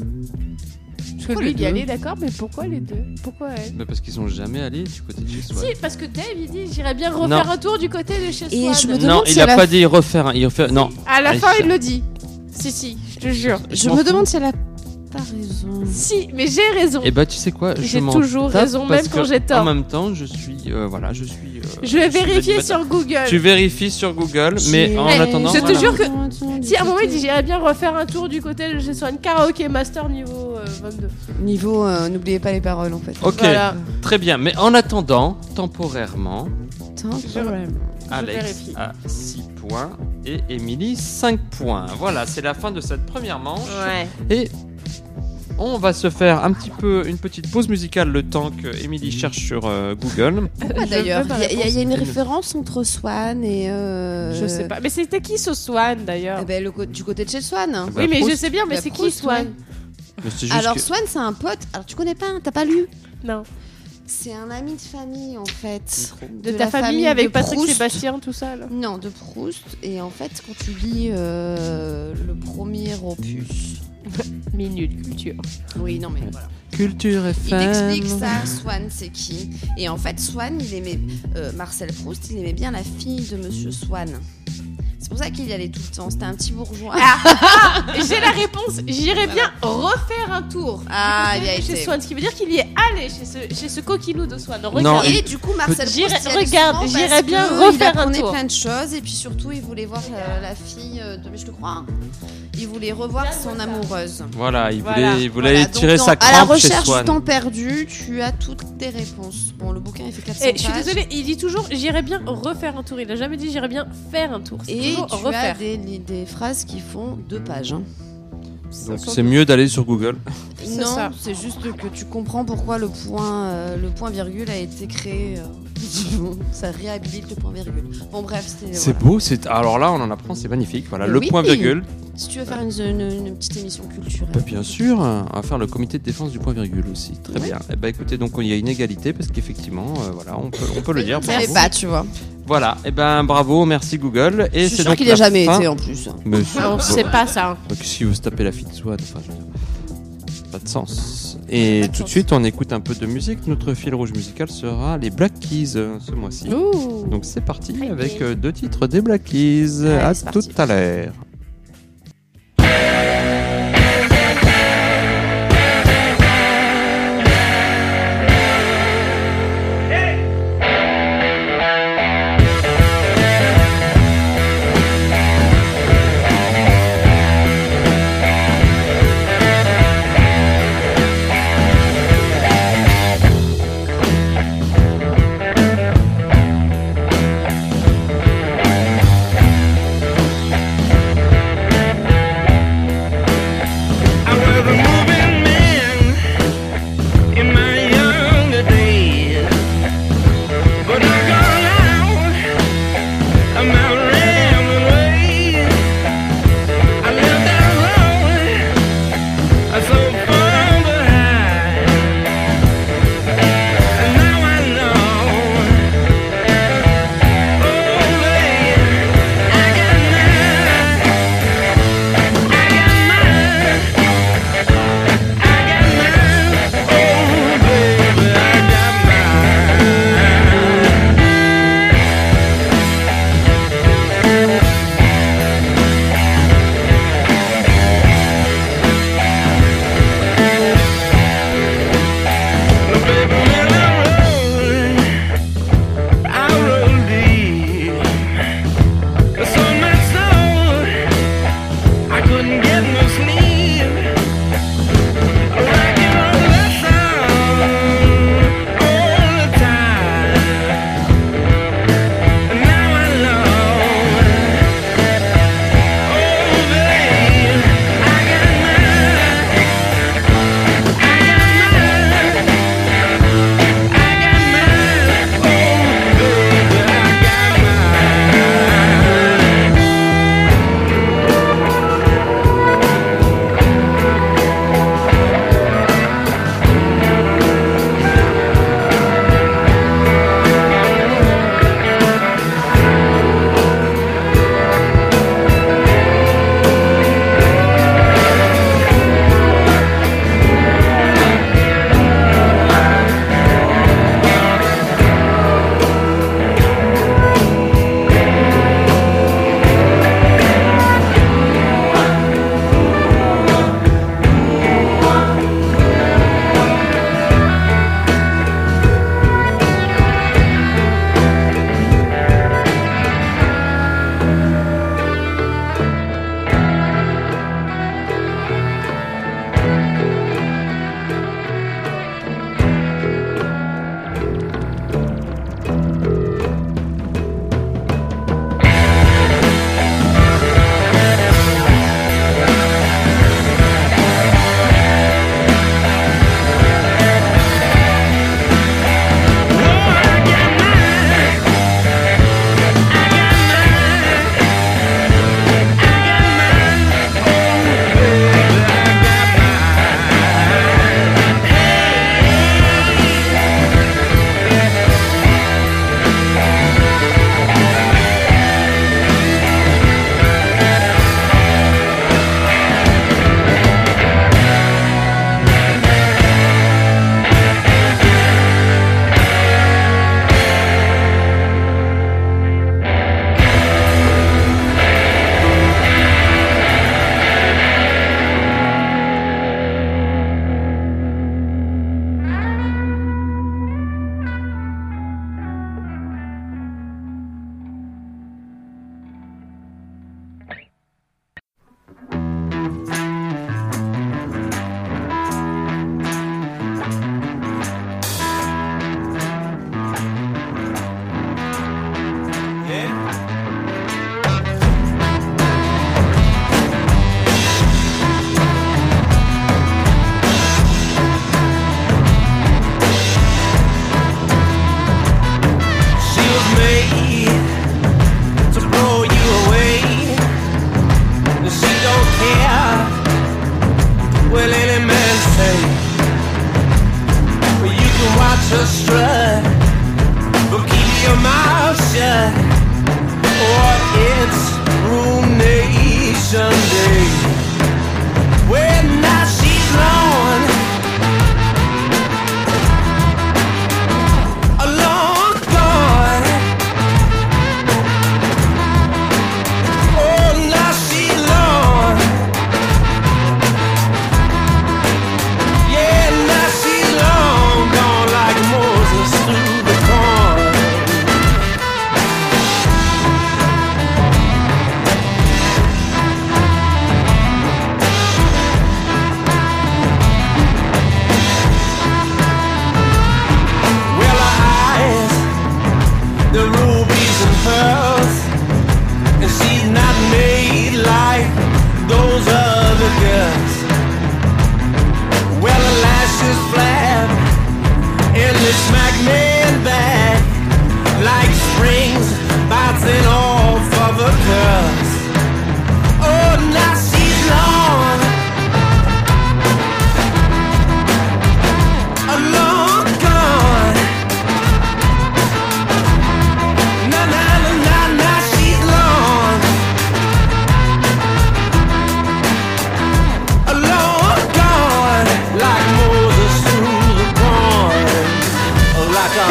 [SPEAKER 2] Parce que
[SPEAKER 1] Pourquoi
[SPEAKER 2] lui
[SPEAKER 1] les
[SPEAKER 2] il y
[SPEAKER 1] deux
[SPEAKER 2] allait d'accord mais pourquoi les deux Pourquoi elle
[SPEAKER 1] Mais parce qu'ils sont jamais allés du côté de chez soi.
[SPEAKER 2] Si parce que Dave il dit j'irais bien refaire
[SPEAKER 1] Non.
[SPEAKER 2] un tour du côté de chez
[SPEAKER 3] Et
[SPEAKER 2] Swan.
[SPEAKER 3] je me
[SPEAKER 1] Non,
[SPEAKER 3] demande si
[SPEAKER 1] il a
[SPEAKER 3] elle a-
[SPEAKER 1] pas dit refaire. un- Il refait... Non,
[SPEAKER 2] À la
[SPEAKER 1] Allez,
[SPEAKER 2] fin
[SPEAKER 1] ça.
[SPEAKER 2] il le dit. Si si, je te jure.
[SPEAKER 1] je
[SPEAKER 3] Je
[SPEAKER 1] m'en
[SPEAKER 3] me
[SPEAKER 1] fous.
[SPEAKER 3] demande si elle a pas raison.
[SPEAKER 2] Si, mais j'ai raison.
[SPEAKER 1] Et bah tu sais quoi, je
[SPEAKER 2] J'ai
[SPEAKER 1] m'en
[SPEAKER 2] toujours
[SPEAKER 1] tape
[SPEAKER 2] raison,
[SPEAKER 1] parce
[SPEAKER 2] même
[SPEAKER 1] que
[SPEAKER 2] quand j'ai tort.
[SPEAKER 1] En même temps, je suis euh, voilà, je suis. euh,
[SPEAKER 2] Je vais
[SPEAKER 1] suis
[SPEAKER 2] vérifier
[SPEAKER 1] l'animateur.
[SPEAKER 2] sur Google.
[SPEAKER 1] Tu vérifies sur Google, mais en
[SPEAKER 2] Eh,
[SPEAKER 1] attendant.
[SPEAKER 2] je te
[SPEAKER 1] voilà.
[SPEAKER 2] jure que-
[SPEAKER 3] que
[SPEAKER 2] Si à un moment il dit j'irais bien refaire un tour du côté de chez Swan, karaoke master niveau euh, 22.
[SPEAKER 3] Niveau, euh, n'oubliez pas les paroles en fait.
[SPEAKER 1] Ok,
[SPEAKER 2] Voilà.
[SPEAKER 1] très bien. Mais en attendant, temporairement,
[SPEAKER 3] Temporairement.
[SPEAKER 1] Alex
[SPEAKER 2] vérifie.
[SPEAKER 1] a 6 points et Émilie 5 points. Voilà, c'est la fin de cette première manche.
[SPEAKER 2] Ouais.
[SPEAKER 1] Et on va se faire un petit peu une petite pause musicale le temps que Émilie cherche sur euh, Google.
[SPEAKER 3] Pourquoi
[SPEAKER 2] Je
[SPEAKER 3] d'ailleurs
[SPEAKER 2] veux ma
[SPEAKER 3] Il y a- il y, a- il y a une
[SPEAKER 1] réponse.
[SPEAKER 3] référence entre Swan et. euh,
[SPEAKER 2] Je sais pas. Mais c'était qui ce Swan d'ailleurs
[SPEAKER 3] eh ben, le co- du côté de chez Swan. hein.
[SPEAKER 1] Bah,
[SPEAKER 2] Oui, mais je
[SPEAKER 1] Proust.
[SPEAKER 2] sais bien, mais
[SPEAKER 3] Bah,
[SPEAKER 2] c'est qui
[SPEAKER 3] Proust,
[SPEAKER 2] Swan
[SPEAKER 1] Mais c'est juste
[SPEAKER 3] Alors
[SPEAKER 1] que-
[SPEAKER 3] Swan, c'est un pote. Alors tu connais pas, hein, t'as pas lu
[SPEAKER 2] Non.
[SPEAKER 3] C'est un ami de famille en fait.
[SPEAKER 2] De, ta
[SPEAKER 3] la
[SPEAKER 2] famille, avec
[SPEAKER 3] de
[SPEAKER 2] Patrick
[SPEAKER 3] Proust.
[SPEAKER 2] Sébastien, tout ça là.
[SPEAKER 3] Non, de Proust. Et en fait, quand tu lis euh, le premier opus.
[SPEAKER 2] Minute culture.
[SPEAKER 3] Oui, non mais voilà.
[SPEAKER 1] Culture
[SPEAKER 3] Il
[SPEAKER 1] FM.
[SPEAKER 3] t'explique ça, Swan, c'est qui Et en fait, Swan, il aimait euh, Marcel Proust, il aimait bien la fille de Monsieur Swan. C'est pour ça qu'il y allait tout le temps. C'était un petit bourgeois.
[SPEAKER 2] J'ai la réponse. J'irais bien refaire un tour.
[SPEAKER 3] Ah, il y a
[SPEAKER 2] chez
[SPEAKER 3] été.
[SPEAKER 2] Swan, ce qui veut dire qu'il y est allé chez ce, chez ce coquinou de Swan. Regarde.
[SPEAKER 1] Non,
[SPEAKER 3] Et du coup, Marcel Proust,
[SPEAKER 2] J'irai-
[SPEAKER 3] il allait
[SPEAKER 2] regarde,
[SPEAKER 3] souvent
[SPEAKER 2] j'irai
[SPEAKER 3] parce
[SPEAKER 2] bien
[SPEAKER 3] que
[SPEAKER 2] refaire
[SPEAKER 3] il
[SPEAKER 2] un
[SPEAKER 3] apprenait
[SPEAKER 2] tour.
[SPEAKER 3] plein de choses et puis surtout, il voulait voir euh, la, la fille de. Mais je le crois. hein. Il voulait revoir son amoureuse.
[SPEAKER 1] Voilà, il
[SPEAKER 2] Voilà.
[SPEAKER 1] voulait, il voulait
[SPEAKER 3] Voilà,
[SPEAKER 1] tirer
[SPEAKER 3] donc,
[SPEAKER 1] sa
[SPEAKER 3] dans- À la
[SPEAKER 1] crampe chez
[SPEAKER 3] recherche
[SPEAKER 1] Swan.
[SPEAKER 3] du temps perdu, tu as toutes tes réponses. Bon, le bouquin, il fait 400
[SPEAKER 2] Et Eh, je suis
[SPEAKER 3] pages.
[SPEAKER 2] désolée, il dit toujours j'irais bien refaire un tour. Il a jamais dit j'irais bien faire un tour. C'est
[SPEAKER 3] Et
[SPEAKER 2] toujours
[SPEAKER 3] tu as
[SPEAKER 2] refaire.
[SPEAKER 3] des, des phrases qui font deux pages. hein.
[SPEAKER 1] Donc c'est mieux d'aller sur Google.
[SPEAKER 2] C'est ça.
[SPEAKER 3] Non, c'est juste que tu comprends pourquoi le point, euh, le point virgule a été créé. euh, (laughs) ça réhabilite le point virgule. Bon bref, c'est
[SPEAKER 1] C'est
[SPEAKER 3] voilà.
[SPEAKER 1] beau, c'est alors là on en apprend, c'est magnifique. Voilà,
[SPEAKER 3] Mais
[SPEAKER 1] le
[SPEAKER 3] oui.
[SPEAKER 1] point virgule.
[SPEAKER 3] Si tu veux faire une, une- une petite émission culturelle.
[SPEAKER 1] Bah, bien sûr, euh, on va faire le comité de défense du point virgule aussi. Très
[SPEAKER 3] Ouais.
[SPEAKER 1] bien. Et bah écoutez, donc il y a une égalité parce qu'effectivement, euh, voilà, on peut, on peut le dire.
[SPEAKER 3] Ça savais
[SPEAKER 1] bravo.
[SPEAKER 3] pas, Bah, tu vois.
[SPEAKER 1] Voilà, et ben bravo, merci Google. Et
[SPEAKER 3] Je
[SPEAKER 1] c'est
[SPEAKER 3] suis
[SPEAKER 1] donc
[SPEAKER 3] sûre qu'il a
[SPEAKER 1] la
[SPEAKER 3] jamais
[SPEAKER 1] fin.
[SPEAKER 3] été en plus.
[SPEAKER 1] Mais
[SPEAKER 2] Ah, on sait pas ça.
[SPEAKER 1] Donc si vous se tapez la fille de Swan, enfin, je veux dire, pas de sens. Et
[SPEAKER 3] Pas
[SPEAKER 1] tout
[SPEAKER 3] de
[SPEAKER 1] de
[SPEAKER 3] sens.
[SPEAKER 1] suite, on écoute un peu de musique. Notre fil rouge musical sera les Black Keys euh, ce mois-ci.
[SPEAKER 2] Ouh.
[SPEAKER 1] Donc c'est parti
[SPEAKER 2] Très
[SPEAKER 1] avec
[SPEAKER 2] bien.
[SPEAKER 1] euh, deux titres des Black Keys.
[SPEAKER 3] Allez,
[SPEAKER 1] à
[SPEAKER 3] c'est
[SPEAKER 1] tout
[SPEAKER 3] parti.
[SPEAKER 1] à l'heure.
[SPEAKER 6] Thank
[SPEAKER 7] Oh, blood. But keep your mouth shut, or it's ruination day. When now she's gone, alone gone. Oh, now she's gone. Yeah, now she's long gone like Moses through the corn. Well, her eyes, the rubies and pearls, and she's not made like those other girls. Well, her lashes flap and they smack men back like springs bouncing off of a curse. Oh, now she's long, long gone. Na na na na na, she's long, long gone. Like Moses through the corn, like a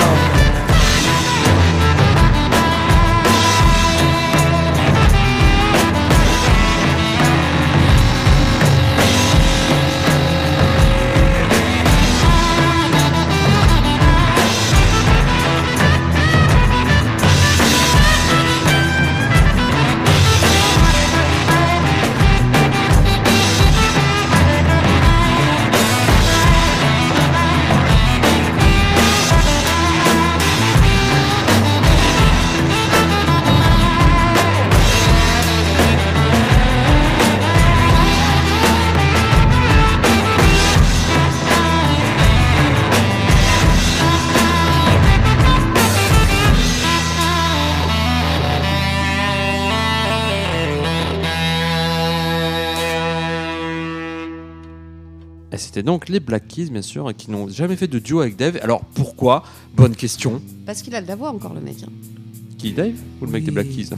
[SPEAKER 1] Et c'était donc les Black Keys, bien sûr, qui n'ont jamais fait de duo avec Dave. Alors pourquoi Bonne question.
[SPEAKER 3] Parce qu'il a de la voix encore, le mec. hein.
[SPEAKER 1] Qui Dave Ou le mec des Black Keys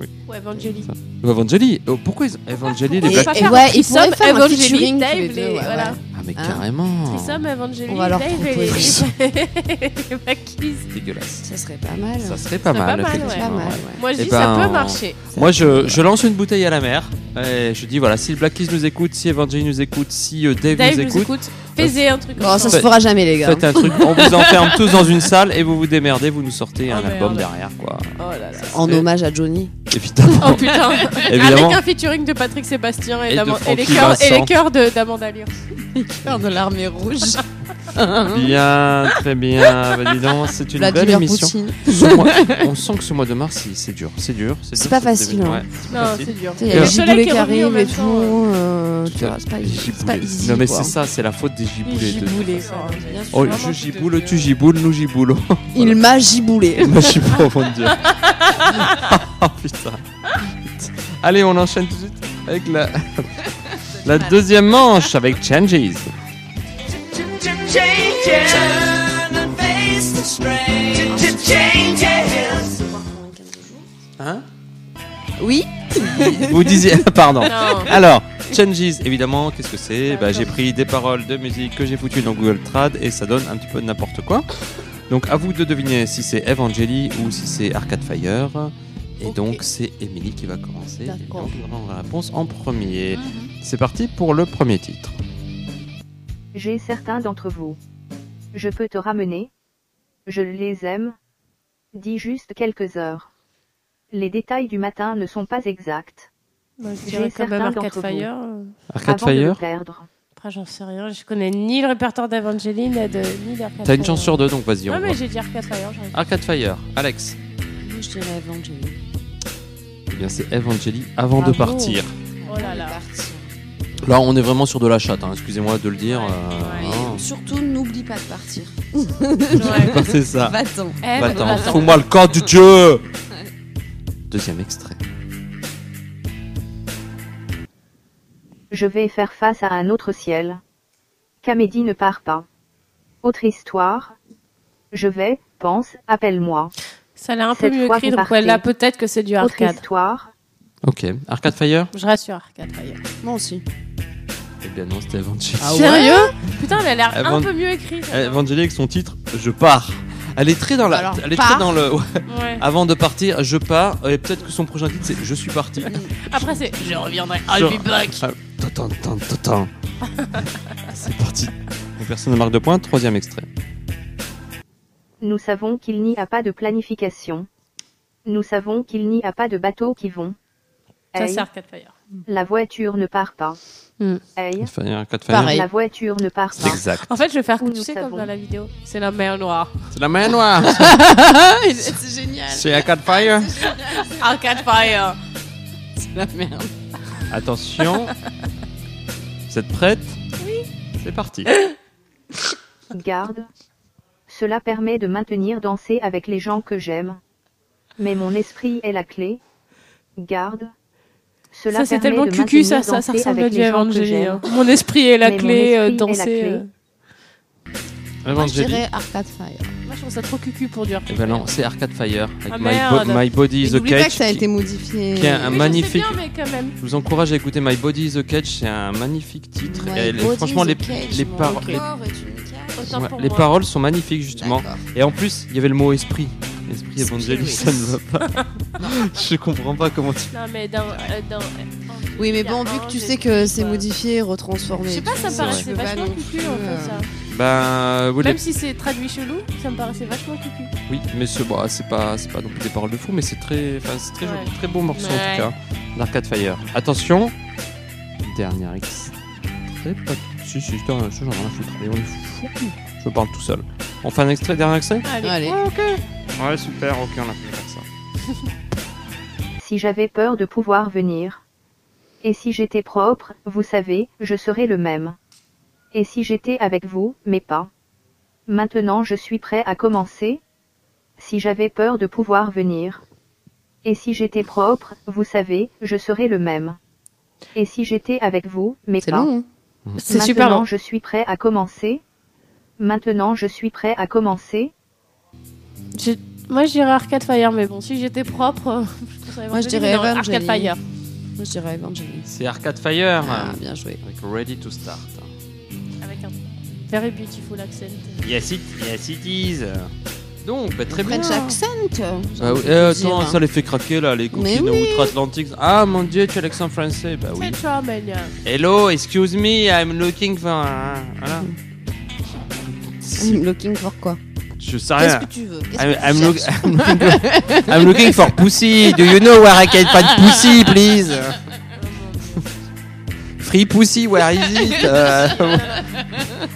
[SPEAKER 2] Ou Evangeli.
[SPEAKER 1] Ou Evangeli Oh, Pourquoi ils... Evangeli, les
[SPEAKER 3] Et-
[SPEAKER 1] Black
[SPEAKER 2] Pas
[SPEAKER 3] et
[SPEAKER 2] faire
[SPEAKER 3] ouais,
[SPEAKER 2] un
[SPEAKER 3] Ah, ils pourraient
[SPEAKER 2] threesome,
[SPEAKER 3] faire un
[SPEAKER 2] Evangeli,
[SPEAKER 3] featuring
[SPEAKER 2] Dave,
[SPEAKER 3] tous les
[SPEAKER 2] les-
[SPEAKER 3] deux, ouais,
[SPEAKER 2] voilà.
[SPEAKER 3] ouais.
[SPEAKER 1] Ah, mais
[SPEAKER 3] Hein
[SPEAKER 1] carrément
[SPEAKER 2] Trissom, Evangeli,
[SPEAKER 3] On va leur
[SPEAKER 2] Dave et
[SPEAKER 3] proposer.
[SPEAKER 2] les- (laughs) les Blackies.
[SPEAKER 1] Dégueulasse.
[SPEAKER 3] Ça serait pas mal.
[SPEAKER 1] Ça serait pas
[SPEAKER 2] Ça serait
[SPEAKER 1] mal,
[SPEAKER 2] pas mal,
[SPEAKER 3] pas
[SPEAKER 1] effectivement.
[SPEAKER 3] mal,
[SPEAKER 1] ouais.
[SPEAKER 3] ouais.
[SPEAKER 2] Moi je
[SPEAKER 1] Eh
[SPEAKER 2] dis
[SPEAKER 1] ben,
[SPEAKER 2] ça
[SPEAKER 1] on-
[SPEAKER 2] peut marcher.
[SPEAKER 1] Moi, je, je lance une bouteille à la mer. Et je dis, voilà, si le Black Keys nous écoute, si Evangeli nous écoute, si euh, Dave,
[SPEAKER 2] Dave
[SPEAKER 1] nous
[SPEAKER 2] nous
[SPEAKER 1] écoute,
[SPEAKER 2] écoute. Faiser un truc.
[SPEAKER 3] Bon, Oh, ça
[SPEAKER 2] ensemble.
[SPEAKER 3] se fera jamais, les gars.
[SPEAKER 1] faites un truc, on vous
[SPEAKER 3] (laughs)
[SPEAKER 1] enferme tous dans une salle et vous vous démerdez, vous nous sortez
[SPEAKER 2] Oh,
[SPEAKER 3] Ah,
[SPEAKER 1] un album
[SPEAKER 2] merde.
[SPEAKER 1] derrière, quoi.
[SPEAKER 2] Oh
[SPEAKER 1] (laughs)
[SPEAKER 2] là là.
[SPEAKER 3] En
[SPEAKER 1] C'est-
[SPEAKER 3] hommage à Johnny.
[SPEAKER 1] Évidemment.
[SPEAKER 3] (laughs)
[SPEAKER 2] Oh putain.
[SPEAKER 1] Évidemment.
[SPEAKER 2] Avec un featuring de Patrick Sébastien et,
[SPEAKER 1] Et de
[SPEAKER 2] d'Aman- et les
[SPEAKER 1] Francky
[SPEAKER 2] chœurs et
[SPEAKER 1] Vincent.
[SPEAKER 2] les chœurs de- d'Amanda Lear.
[SPEAKER 3] Faire de l'armée rouge.
[SPEAKER 1] Bien, très bien. Bah, dis donc, c'est une belle
[SPEAKER 3] Vladimir
[SPEAKER 1] émission.
[SPEAKER 3] Poutine.
[SPEAKER 1] Ce
[SPEAKER 3] (laughs)
[SPEAKER 1] mois- on sent que ce mois de mars, il- c'est dur, c'est dur.
[SPEAKER 3] C'est
[SPEAKER 1] dur,
[SPEAKER 3] pas
[SPEAKER 1] ce
[SPEAKER 3] facile,
[SPEAKER 1] début.
[SPEAKER 3] hein.
[SPEAKER 1] Ouais, c'est
[SPEAKER 2] Non,
[SPEAKER 1] facile.
[SPEAKER 2] c'est dur.
[SPEAKER 3] Tu sais, Il y
[SPEAKER 1] Et
[SPEAKER 3] a
[SPEAKER 1] le
[SPEAKER 3] les
[SPEAKER 2] soleil
[SPEAKER 3] giboulets
[SPEAKER 2] qui
[SPEAKER 3] qui
[SPEAKER 2] est revenu en
[SPEAKER 3] arrivent
[SPEAKER 2] même
[SPEAKER 3] et tout.
[SPEAKER 2] temps, ouais.
[SPEAKER 3] euh, tu vois, c'est pas,
[SPEAKER 1] Les
[SPEAKER 3] c'est pas
[SPEAKER 1] giboulées.
[SPEAKER 3] easy.
[SPEAKER 1] Non mais
[SPEAKER 3] quoi.
[SPEAKER 1] c'est ça, c'est la faute des
[SPEAKER 2] euh,
[SPEAKER 1] giboulés. de-
[SPEAKER 2] Giboulé.
[SPEAKER 1] Oh, je giboule, tu giboules, nous giboulons.
[SPEAKER 3] Il
[SPEAKER 1] (laughs)
[SPEAKER 3] m'a giboulé.
[SPEAKER 1] Moi, je suis pas au fond de Dieu. (laughs) oh putain. Allez, on enchaîne tout de suite avec la, la deuxième manche avec Changes.
[SPEAKER 7] Turn and face the strange changes.
[SPEAKER 1] Hein
[SPEAKER 3] Oui
[SPEAKER 1] Vous disiez. (laughs) Pardon.
[SPEAKER 2] Non.
[SPEAKER 1] Alors, Changes, évidemment, qu'est-ce que c'est bah, J'ai pris des paroles de musique que j'ai foutues dans Google Trad et ça donne un petit peu de n'importe quoi. Donc, à vous de deviner si c'est Evangeli ou si c'est Arcade Fire. Et
[SPEAKER 3] Ok.
[SPEAKER 1] donc, c'est Emily qui va commencer. Et
[SPEAKER 3] D'accord.
[SPEAKER 1] donc, on aura la réponse en premier. C'est parti pour le premier titre.
[SPEAKER 8] J'ai certains d'entre vous. Je peux te ramener. Je les aime. Dis juste quelques heures. Les détails du matin ne sont pas exacts.
[SPEAKER 2] Moi, je
[SPEAKER 8] J'ai
[SPEAKER 2] dirais quand même
[SPEAKER 8] certains
[SPEAKER 2] Arcade
[SPEAKER 8] d'entre vous.
[SPEAKER 2] Fire. euh.
[SPEAKER 1] Arcade
[SPEAKER 8] avant de
[SPEAKER 1] Fire
[SPEAKER 8] me perdre.
[SPEAKER 2] Après, j'en sais rien. Je connais ni le répertoire d'Evangeline de- ni d'Arcade
[SPEAKER 1] T'as une
[SPEAKER 2] Fire.
[SPEAKER 1] chance sur deux, donc vas-y. on
[SPEAKER 2] Non,
[SPEAKER 1] voit.
[SPEAKER 2] mais j'ai dit Arcade Fire. j'aurais dit.
[SPEAKER 1] Arcade Fire, Alex.
[SPEAKER 3] Moi, je dirais Evangeli.
[SPEAKER 1] Eh bien, c'est Evangeli avant
[SPEAKER 2] Bravo.
[SPEAKER 1] de partir.
[SPEAKER 2] Oh là là. (laughs)
[SPEAKER 1] Là, on est vraiment sur de la chatte, hein, excusez-moi de le dire.
[SPEAKER 2] Ouais,
[SPEAKER 1] euh,
[SPEAKER 2] ouais.
[SPEAKER 1] hein. (laughs)
[SPEAKER 3] Et surtout, n'oublie pas de partir.
[SPEAKER 2] Ouais.
[SPEAKER 1] C'est ça.
[SPEAKER 3] Va-t'en.
[SPEAKER 2] Eh,
[SPEAKER 1] Va-t'en,
[SPEAKER 2] bah,
[SPEAKER 1] fous-moi le corps du dieu (laughs) Deuxième extrait.
[SPEAKER 8] Je vais faire face à un autre ciel. Camédie ne part pas. Autre histoire. Je vais, pense, appelle-moi.
[SPEAKER 2] Ça l'a un peu
[SPEAKER 8] Cette
[SPEAKER 2] mieux
[SPEAKER 8] fois,
[SPEAKER 2] écrit,
[SPEAKER 8] vous
[SPEAKER 2] donc ouais, là
[SPEAKER 8] partez.
[SPEAKER 2] peut-être que c'est du
[SPEAKER 8] Autre
[SPEAKER 2] arcade.
[SPEAKER 8] histoire.
[SPEAKER 1] Ok. Arcade Fire
[SPEAKER 2] Je rassure arcade. d'ailleurs. (laughs)
[SPEAKER 3] Moi aussi.
[SPEAKER 1] Eh bien non, c'était Evangeli.
[SPEAKER 7] Ah ouais
[SPEAKER 2] Sérieux Putain, elle a l'air
[SPEAKER 1] Avant-
[SPEAKER 2] un peu mieux écrite.
[SPEAKER 1] Evangeli avec son titre Je pars. Elle est très dans la.
[SPEAKER 3] Alors,
[SPEAKER 1] elle est
[SPEAKER 3] pars.
[SPEAKER 1] très dans le. ouais.
[SPEAKER 2] Ouais.
[SPEAKER 1] Avant de partir, je pars. Et peut-être que son prochain titre c'est Je suis
[SPEAKER 2] (laughs)
[SPEAKER 1] parti.
[SPEAKER 2] Après c'est je reviendrai.
[SPEAKER 1] Genre-
[SPEAKER 2] I'll be back.
[SPEAKER 1] Ah, Totan, totan, totan. (laughs) C'est parti. La personne marque de points. Troisième extrait.
[SPEAKER 8] Nous savons qu'il n'y a pas de planification. Nous savons qu'il n'y a pas de bateaux qui vont.
[SPEAKER 2] Ça
[SPEAKER 8] Hey,
[SPEAKER 2] c'est arcade fire.
[SPEAKER 8] la voiture ne part pas.
[SPEAKER 3] Hmm.
[SPEAKER 8] Hey,
[SPEAKER 1] Enfin, Arcade Fire.
[SPEAKER 3] Pareil.
[SPEAKER 8] la voiture ne part pas.
[SPEAKER 1] Exact.
[SPEAKER 2] En fait, je vais faire,
[SPEAKER 8] Où
[SPEAKER 2] tu
[SPEAKER 8] nous
[SPEAKER 2] sais, comme
[SPEAKER 8] savons.
[SPEAKER 2] dans la vidéo. C'est la mer noire.
[SPEAKER 1] C'est la main
[SPEAKER 3] (laughs)
[SPEAKER 1] noire.
[SPEAKER 3] c'est génial.
[SPEAKER 1] C'est Arcade Fire.
[SPEAKER 2] Arcade Fire.
[SPEAKER 3] C'est la merde.
[SPEAKER 1] Attention. Vous êtes prête Oui. C'est parti.
[SPEAKER 8] Garde. Cela permet de maintenir danser avec les gens que j'aime. Mais mon esprit est la clé. Garde. Cela
[SPEAKER 2] Ça, c'est
[SPEAKER 8] permet
[SPEAKER 2] tellement
[SPEAKER 8] de
[SPEAKER 2] cucu, ça,
[SPEAKER 8] maintenir
[SPEAKER 2] ça, ça
[SPEAKER 8] danser
[SPEAKER 2] ressemble à
[SPEAKER 8] avec
[SPEAKER 2] du
[SPEAKER 8] les gens que
[SPEAKER 2] Evangeli.
[SPEAKER 8] j'aime.
[SPEAKER 2] hein. Mon esprit est la
[SPEAKER 8] Mais mon
[SPEAKER 2] clé, euh,
[SPEAKER 8] esprit est la
[SPEAKER 2] danser.
[SPEAKER 8] clé.
[SPEAKER 2] euh.
[SPEAKER 3] Je
[SPEAKER 1] Evangeli.
[SPEAKER 3] dirais Arcade Fire.
[SPEAKER 2] Moi, je trouve ça trop cucu pour du
[SPEAKER 1] Eh
[SPEAKER 2] arcade.
[SPEAKER 1] ben non,
[SPEAKER 2] fire.
[SPEAKER 1] c'est Arcade Fire avec
[SPEAKER 2] Ah,
[SPEAKER 1] my,
[SPEAKER 2] merde.
[SPEAKER 1] Bo- My Body is a
[SPEAKER 3] N'oublie
[SPEAKER 1] Cage.
[SPEAKER 3] pas que ça a
[SPEAKER 1] qui-
[SPEAKER 3] été modifié.
[SPEAKER 1] qui est un
[SPEAKER 2] Mais
[SPEAKER 1] magnifique-
[SPEAKER 2] Je sais bien, mais quand même.
[SPEAKER 1] Je vous encourage à écouter My Body is a Cage, c'est un magnifique titre.
[SPEAKER 3] My
[SPEAKER 1] Et elle-
[SPEAKER 3] body
[SPEAKER 1] franchement,
[SPEAKER 3] is a
[SPEAKER 1] les,
[SPEAKER 3] cage,
[SPEAKER 1] les
[SPEAKER 3] mon
[SPEAKER 1] paroles-
[SPEAKER 3] corps est une cage.
[SPEAKER 2] Autant
[SPEAKER 1] ouais,
[SPEAKER 2] pour
[SPEAKER 1] les
[SPEAKER 2] moi.
[SPEAKER 1] paroles sont magnifiques justement.
[SPEAKER 3] D'accord.
[SPEAKER 1] Et en plus, il y avait le mot esprit. Esprit
[SPEAKER 3] Spirit.
[SPEAKER 1] évangélique, ça ne va (laughs) pas. Je comprends pas comment tu.
[SPEAKER 2] Non, mais dans. euh, dans- euh,
[SPEAKER 3] Oui, mais
[SPEAKER 2] il y a
[SPEAKER 3] bon, vu
[SPEAKER 2] un,
[SPEAKER 3] que tu
[SPEAKER 2] j'ai
[SPEAKER 3] sais
[SPEAKER 2] dit,
[SPEAKER 3] que c'est
[SPEAKER 2] euh,
[SPEAKER 3] modifié, retransformé.
[SPEAKER 2] Je sais pas, ça me
[SPEAKER 1] C'est
[SPEAKER 2] paraissait
[SPEAKER 3] vrai.
[SPEAKER 2] vachement
[SPEAKER 3] Je peux pas
[SPEAKER 2] cucu
[SPEAKER 3] non
[SPEAKER 2] en
[SPEAKER 3] plus, euh,
[SPEAKER 2] fait. Ça.
[SPEAKER 1] Ben, oui, les-
[SPEAKER 2] Même si c'est traduit chelou, ça me paraissait vachement cucu.
[SPEAKER 1] oui, mais c'est bah, c'est pas, c'est pas non plus des paroles de fou, mais c'est très, enfin, c'est très
[SPEAKER 2] Ouais.
[SPEAKER 1] joli, très beau morceau en
[SPEAKER 2] Ouais.
[SPEAKER 1] tout cas. D'Arcade Fire. Attention, dernière X. Très pas. Si, si, putain, ça, j'en ai rien à foutre. Allez, on est fou. Je me parle tout seul. On fait un extrait, dernier extrait.
[SPEAKER 2] Allez.
[SPEAKER 3] Allez.
[SPEAKER 1] Ouais, super. Ok, on a fait comme ça.
[SPEAKER 8] Si j'avais peur de pouvoir venir. Et si j'étais propre, vous savez, je serais le même. Et si j'étais avec vous, mais pas. Maintenant je suis prêt à commencer. Si j'avais peur de pouvoir venir. Et si j'étais propre, vous savez, je serais le même. Et si j'étais avec vous, mais
[SPEAKER 3] C'est
[SPEAKER 8] pas.
[SPEAKER 3] long. hein.
[SPEAKER 2] C'est
[SPEAKER 8] Maintenant,
[SPEAKER 2] super hein. long.
[SPEAKER 8] je suis prêt à commencer. Maintenant je suis prêt à commencer.
[SPEAKER 2] J'ai- Moi, je dirais Arcade Fire, mais bon, si j'étais propre. (laughs) euh, je serais
[SPEAKER 3] Moi,
[SPEAKER 2] Evangeli,
[SPEAKER 3] je dirais
[SPEAKER 2] mais non,
[SPEAKER 3] Evangeli.
[SPEAKER 2] Arcade Fire.
[SPEAKER 3] Moi, je dirais Evangeline.
[SPEAKER 1] C'est Arcade Fire.
[SPEAKER 3] Ah, bien joué.
[SPEAKER 1] Avec Ready to Start.
[SPEAKER 2] Avec un very beautiful accent.
[SPEAKER 1] Yes it, yes it is. Donc, bah, très bien.
[SPEAKER 3] French accent.
[SPEAKER 1] Bah oui,
[SPEAKER 3] J'ai envie
[SPEAKER 1] eh,
[SPEAKER 3] de
[SPEAKER 1] attends,
[SPEAKER 3] dire.
[SPEAKER 1] ça les fait craquer là, les
[SPEAKER 3] hein. Mais
[SPEAKER 1] coquines outre-Atlantique. Ah mon dieu, tu as l'accent français. Bah oui.
[SPEAKER 2] C'est ça, Amelia.
[SPEAKER 1] Hello, excuse me, I'm looking for. un- Voilà.
[SPEAKER 3] I'm looking for quoi
[SPEAKER 1] Je sais
[SPEAKER 3] Qu'est-ce
[SPEAKER 1] rien.
[SPEAKER 3] que tu veux
[SPEAKER 1] I'm,
[SPEAKER 3] Qu'est-ce
[SPEAKER 1] I'm
[SPEAKER 3] que
[SPEAKER 1] look-
[SPEAKER 3] tu cherches
[SPEAKER 1] I'm looking for- I'm looking for pussy. Do you know where I can find pussy, please? (laughs) Free pussy, where is it?
[SPEAKER 3] (laughs)
[SPEAKER 1] Euh,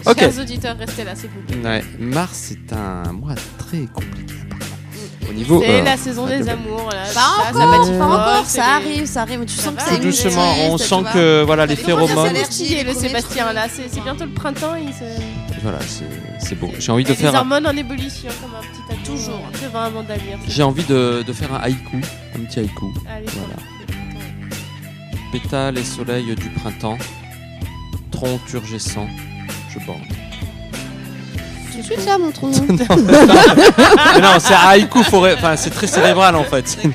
[SPEAKER 1] Ok.
[SPEAKER 2] Chers auditeurs, restez là, s'il vous plaît.
[SPEAKER 1] Ouais, mars est un mois très compliqué apparemment. Au niveau.
[SPEAKER 2] C'est
[SPEAKER 1] euh,
[SPEAKER 2] la saison
[SPEAKER 1] ah,
[SPEAKER 2] des
[SPEAKER 1] de-
[SPEAKER 2] amours, là. Ça,
[SPEAKER 3] Pas
[SPEAKER 2] ça
[SPEAKER 3] encore,
[SPEAKER 2] bat
[SPEAKER 3] pas
[SPEAKER 2] fort,
[SPEAKER 3] encore,
[SPEAKER 2] c'est
[SPEAKER 3] ça
[SPEAKER 2] des-
[SPEAKER 3] arrive, ça arrive. Tu sens que
[SPEAKER 2] va,
[SPEAKER 3] c'est
[SPEAKER 1] tout
[SPEAKER 2] Tout
[SPEAKER 1] doucement,
[SPEAKER 3] minimaliste,
[SPEAKER 1] on
[SPEAKER 3] tu
[SPEAKER 1] sent
[SPEAKER 3] vois.
[SPEAKER 1] que voilà les
[SPEAKER 3] Ça dépend de la
[SPEAKER 1] phéromones.
[SPEAKER 3] salaire.
[SPEAKER 2] Allergie et le
[SPEAKER 3] Les premiers
[SPEAKER 2] Sébastien
[SPEAKER 3] trucs.
[SPEAKER 2] là, c'est c'est bientôt le printemps, il se...
[SPEAKER 1] Voilà, c'est c'est beau. J'ai envie de
[SPEAKER 2] et les
[SPEAKER 1] faire. un-
[SPEAKER 2] hormones en ébullition comme un petit ado toujours devant un bandalier.
[SPEAKER 1] J'ai envie de, de faire un haïku, un petit haïku.
[SPEAKER 2] Allez,
[SPEAKER 1] Voilà. Pétales et soleil du printemps, tronc turgescent, je bande.
[SPEAKER 3] Tout de suite là, mon tronc.
[SPEAKER 1] (laughs) Mais non, c'est un haïku, faut ré- enfin c'est très cérébral en fait. (laughs)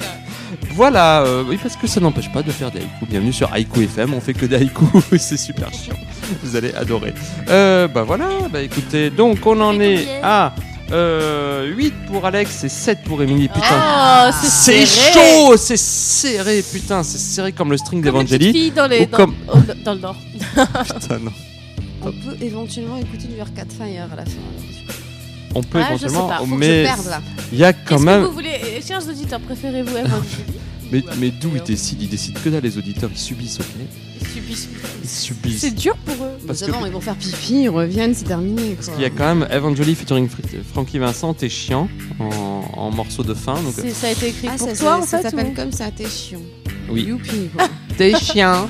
[SPEAKER 1] Voilà, euh, oui parce que ça n'empêche pas de faire des haïkus. Bienvenue sur Haïku FM, on fait que des haïkus, (laughs) c'est super chiant. Vous allez adorer. Euh, bah voilà, bah écoutez, donc on en est à euh, 8 pour Alex et 7 pour Émilie. Putain,
[SPEAKER 3] Ah,
[SPEAKER 2] Oh,
[SPEAKER 1] c'est
[SPEAKER 2] c'est
[SPEAKER 1] chaud, c'est serré, putain, c'est serré comme le string
[SPEAKER 2] D'Evangélie.
[SPEAKER 1] d'Evangélie.
[SPEAKER 2] Fille dans, les,
[SPEAKER 1] Ou
[SPEAKER 2] dans,
[SPEAKER 1] comme-
[SPEAKER 2] au- dans le nord.
[SPEAKER 1] (laughs) Putain, non.
[SPEAKER 3] On peut éventuellement écouter du Arcade Fire à la fin.
[SPEAKER 1] On peut
[SPEAKER 2] Ah, je sais
[SPEAKER 1] éventuellement,
[SPEAKER 2] pas, faut que
[SPEAKER 1] Oh, mais
[SPEAKER 3] Je perds là.
[SPEAKER 1] il y a quand
[SPEAKER 2] Qu'est-ce
[SPEAKER 1] même.
[SPEAKER 2] que vous voulez Eh, Chers auditeurs, préférez-vous Evangélie
[SPEAKER 1] Mais,
[SPEAKER 2] ou
[SPEAKER 1] mais d'où ils
[SPEAKER 2] Arcade Fire
[SPEAKER 1] décident Ils décident que là, les auditeurs, ils subissent, ok
[SPEAKER 2] Ils subissent.
[SPEAKER 1] Ils subissent.
[SPEAKER 2] C'est dur pour eux.
[SPEAKER 1] Parce
[SPEAKER 3] Parce
[SPEAKER 1] que-
[SPEAKER 3] avant, ils vont faire pipi, ils reviennent, c'est terminé. Quoi.
[SPEAKER 1] Il y a quand même Evangeli featuring Fr- Frankie Vincent, t'es chiant, en, en morceau de fin. Donc, euh.
[SPEAKER 2] C'est- Ça a été écrit
[SPEAKER 3] Ah,
[SPEAKER 2] pour toi
[SPEAKER 3] ça, ça-
[SPEAKER 2] en
[SPEAKER 3] ça
[SPEAKER 2] fait
[SPEAKER 3] s'appelle
[SPEAKER 2] ou-
[SPEAKER 3] comme ça, t'es chiant.
[SPEAKER 1] Oui.
[SPEAKER 3] Youpi,
[SPEAKER 1] (laughs)
[SPEAKER 3] quoi.
[SPEAKER 1] t'es chiant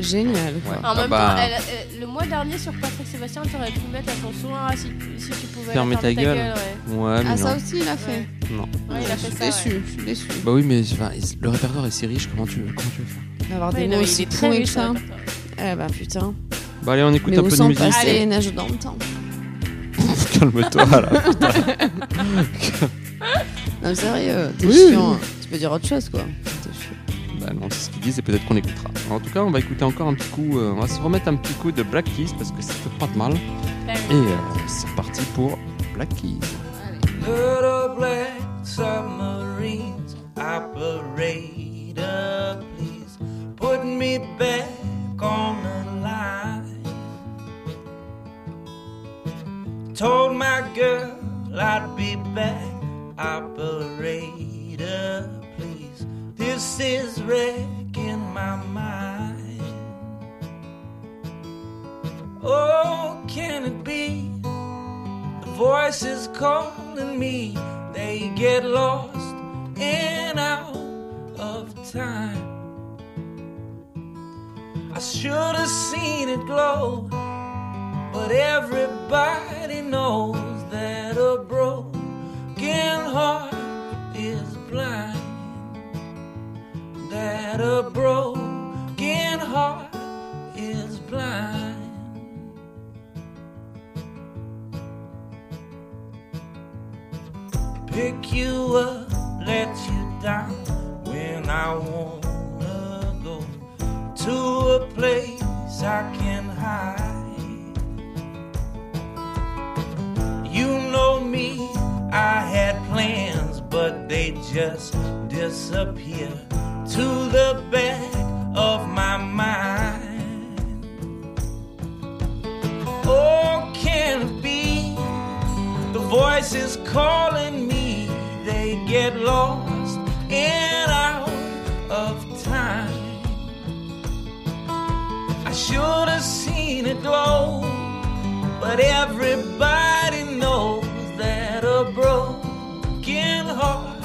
[SPEAKER 3] Génial. quoi.
[SPEAKER 1] euh. (laughs) Ouais.
[SPEAKER 2] En
[SPEAKER 1] Ah
[SPEAKER 2] même
[SPEAKER 1] bah.
[SPEAKER 2] temps, elle- elle- le mois dernier sur Patrick Sébastien, t'aurais pu mettre la chanson ah, si, si tu pouvais. la
[SPEAKER 1] Fermez
[SPEAKER 2] fermer
[SPEAKER 1] ta gueule.
[SPEAKER 2] ouais.
[SPEAKER 1] Ouais, mais non.
[SPEAKER 3] Ah, ça aussi, il l'a fait.
[SPEAKER 1] Non.
[SPEAKER 2] Ouais, il a
[SPEAKER 3] je
[SPEAKER 2] fait
[SPEAKER 3] suis
[SPEAKER 2] ça,
[SPEAKER 3] déçue, je suis déçue.
[SPEAKER 1] Bah oui, mais enfin, le répertoire est si riche, comment tu veux, comment tu veux faire
[SPEAKER 3] Il va avoir
[SPEAKER 2] Ouais,
[SPEAKER 3] des
[SPEAKER 2] non,
[SPEAKER 3] mots
[SPEAKER 2] il
[SPEAKER 3] aussi
[SPEAKER 2] est très
[SPEAKER 3] pourris que
[SPEAKER 2] riche, hein.
[SPEAKER 3] ça.
[SPEAKER 2] le répertoire.
[SPEAKER 3] Eh bah putain.
[SPEAKER 1] Bah allez, on écoute
[SPEAKER 3] Mais
[SPEAKER 1] un
[SPEAKER 3] où
[SPEAKER 1] peu de
[SPEAKER 3] sont
[SPEAKER 1] musique.
[SPEAKER 3] passés
[SPEAKER 2] Allez.
[SPEAKER 3] les nages dans le temps
[SPEAKER 1] (laughs) calme-toi là.
[SPEAKER 3] Non, mais sérieux, t'es
[SPEAKER 1] Oui.
[SPEAKER 3] chiant. hein. Tu peux dire autre chose, quoi. T'es chiant.
[SPEAKER 1] Bah non, c'est ce qu'ils disent et peut-être qu'on écoutera. En tout cas, on va écouter encore un petit coup, euh, on va se remettre un petit coup de Black Keys parce que ça fait pas de mal. Et euh, c'est parti pour Black Keys.
[SPEAKER 7] Little black submarines, operator, please put me back on the line. Told my girl I'd be back, operator, please. This is wrecking my mind. Oh, can it be? The voices calling me, they get lost and out of time. I should have seen it glow, but everybody knows that a broken heart is blind. That a broken heart is blind. pick you up, let you down when I wanna go to a place I can hide. You know me, I had plans, but they just disappear to the back of my mind. Oh, can it be the voices calling me, they get lost and out of time. I should have seen it glow, but everybody knows that a broken heart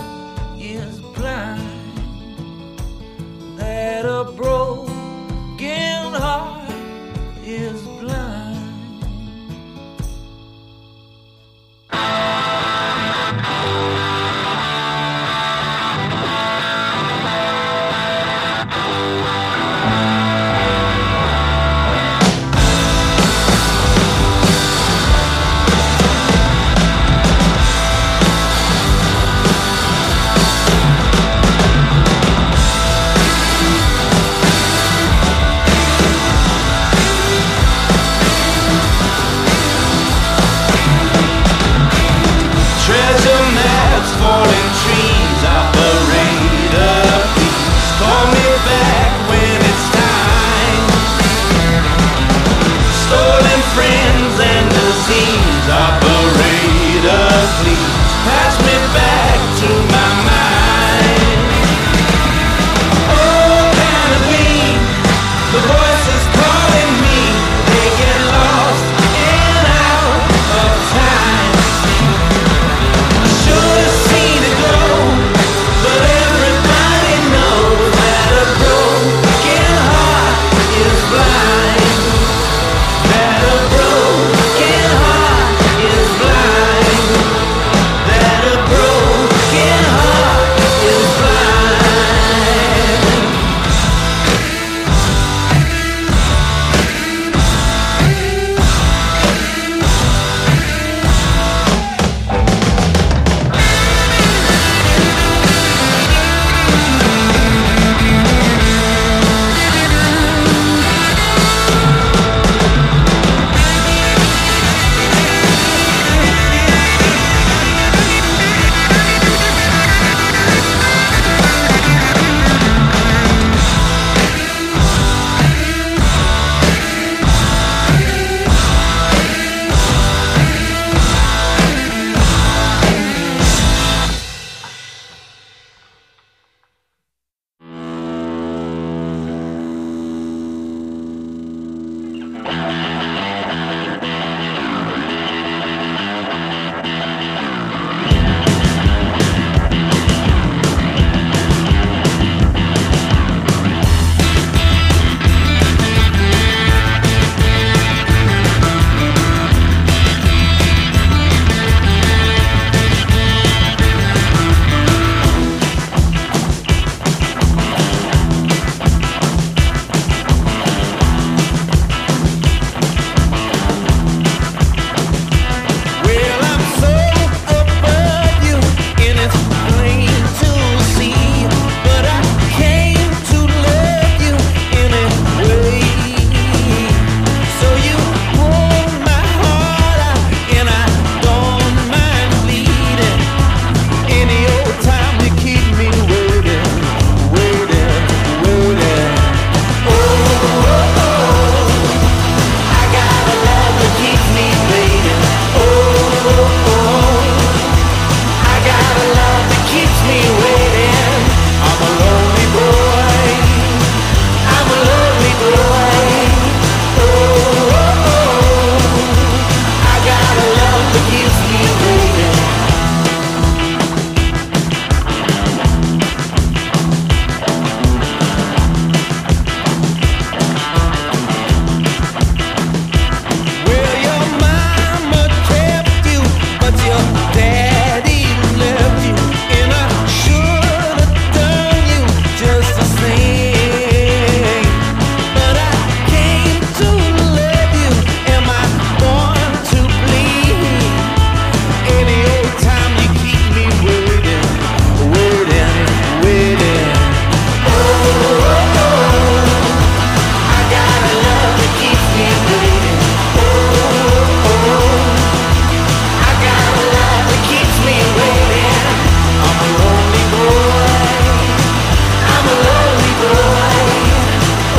[SPEAKER 7] is blind. That a broken heart is blind.
[SPEAKER 6] Thank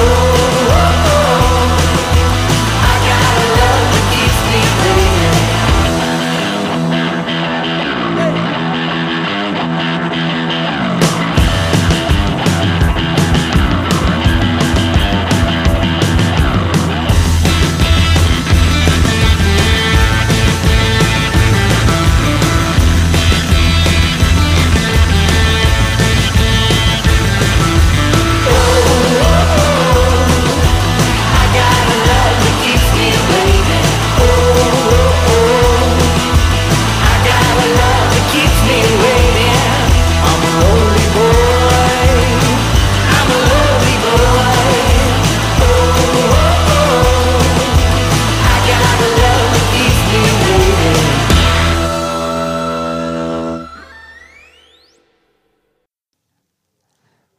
[SPEAKER 7] Oh,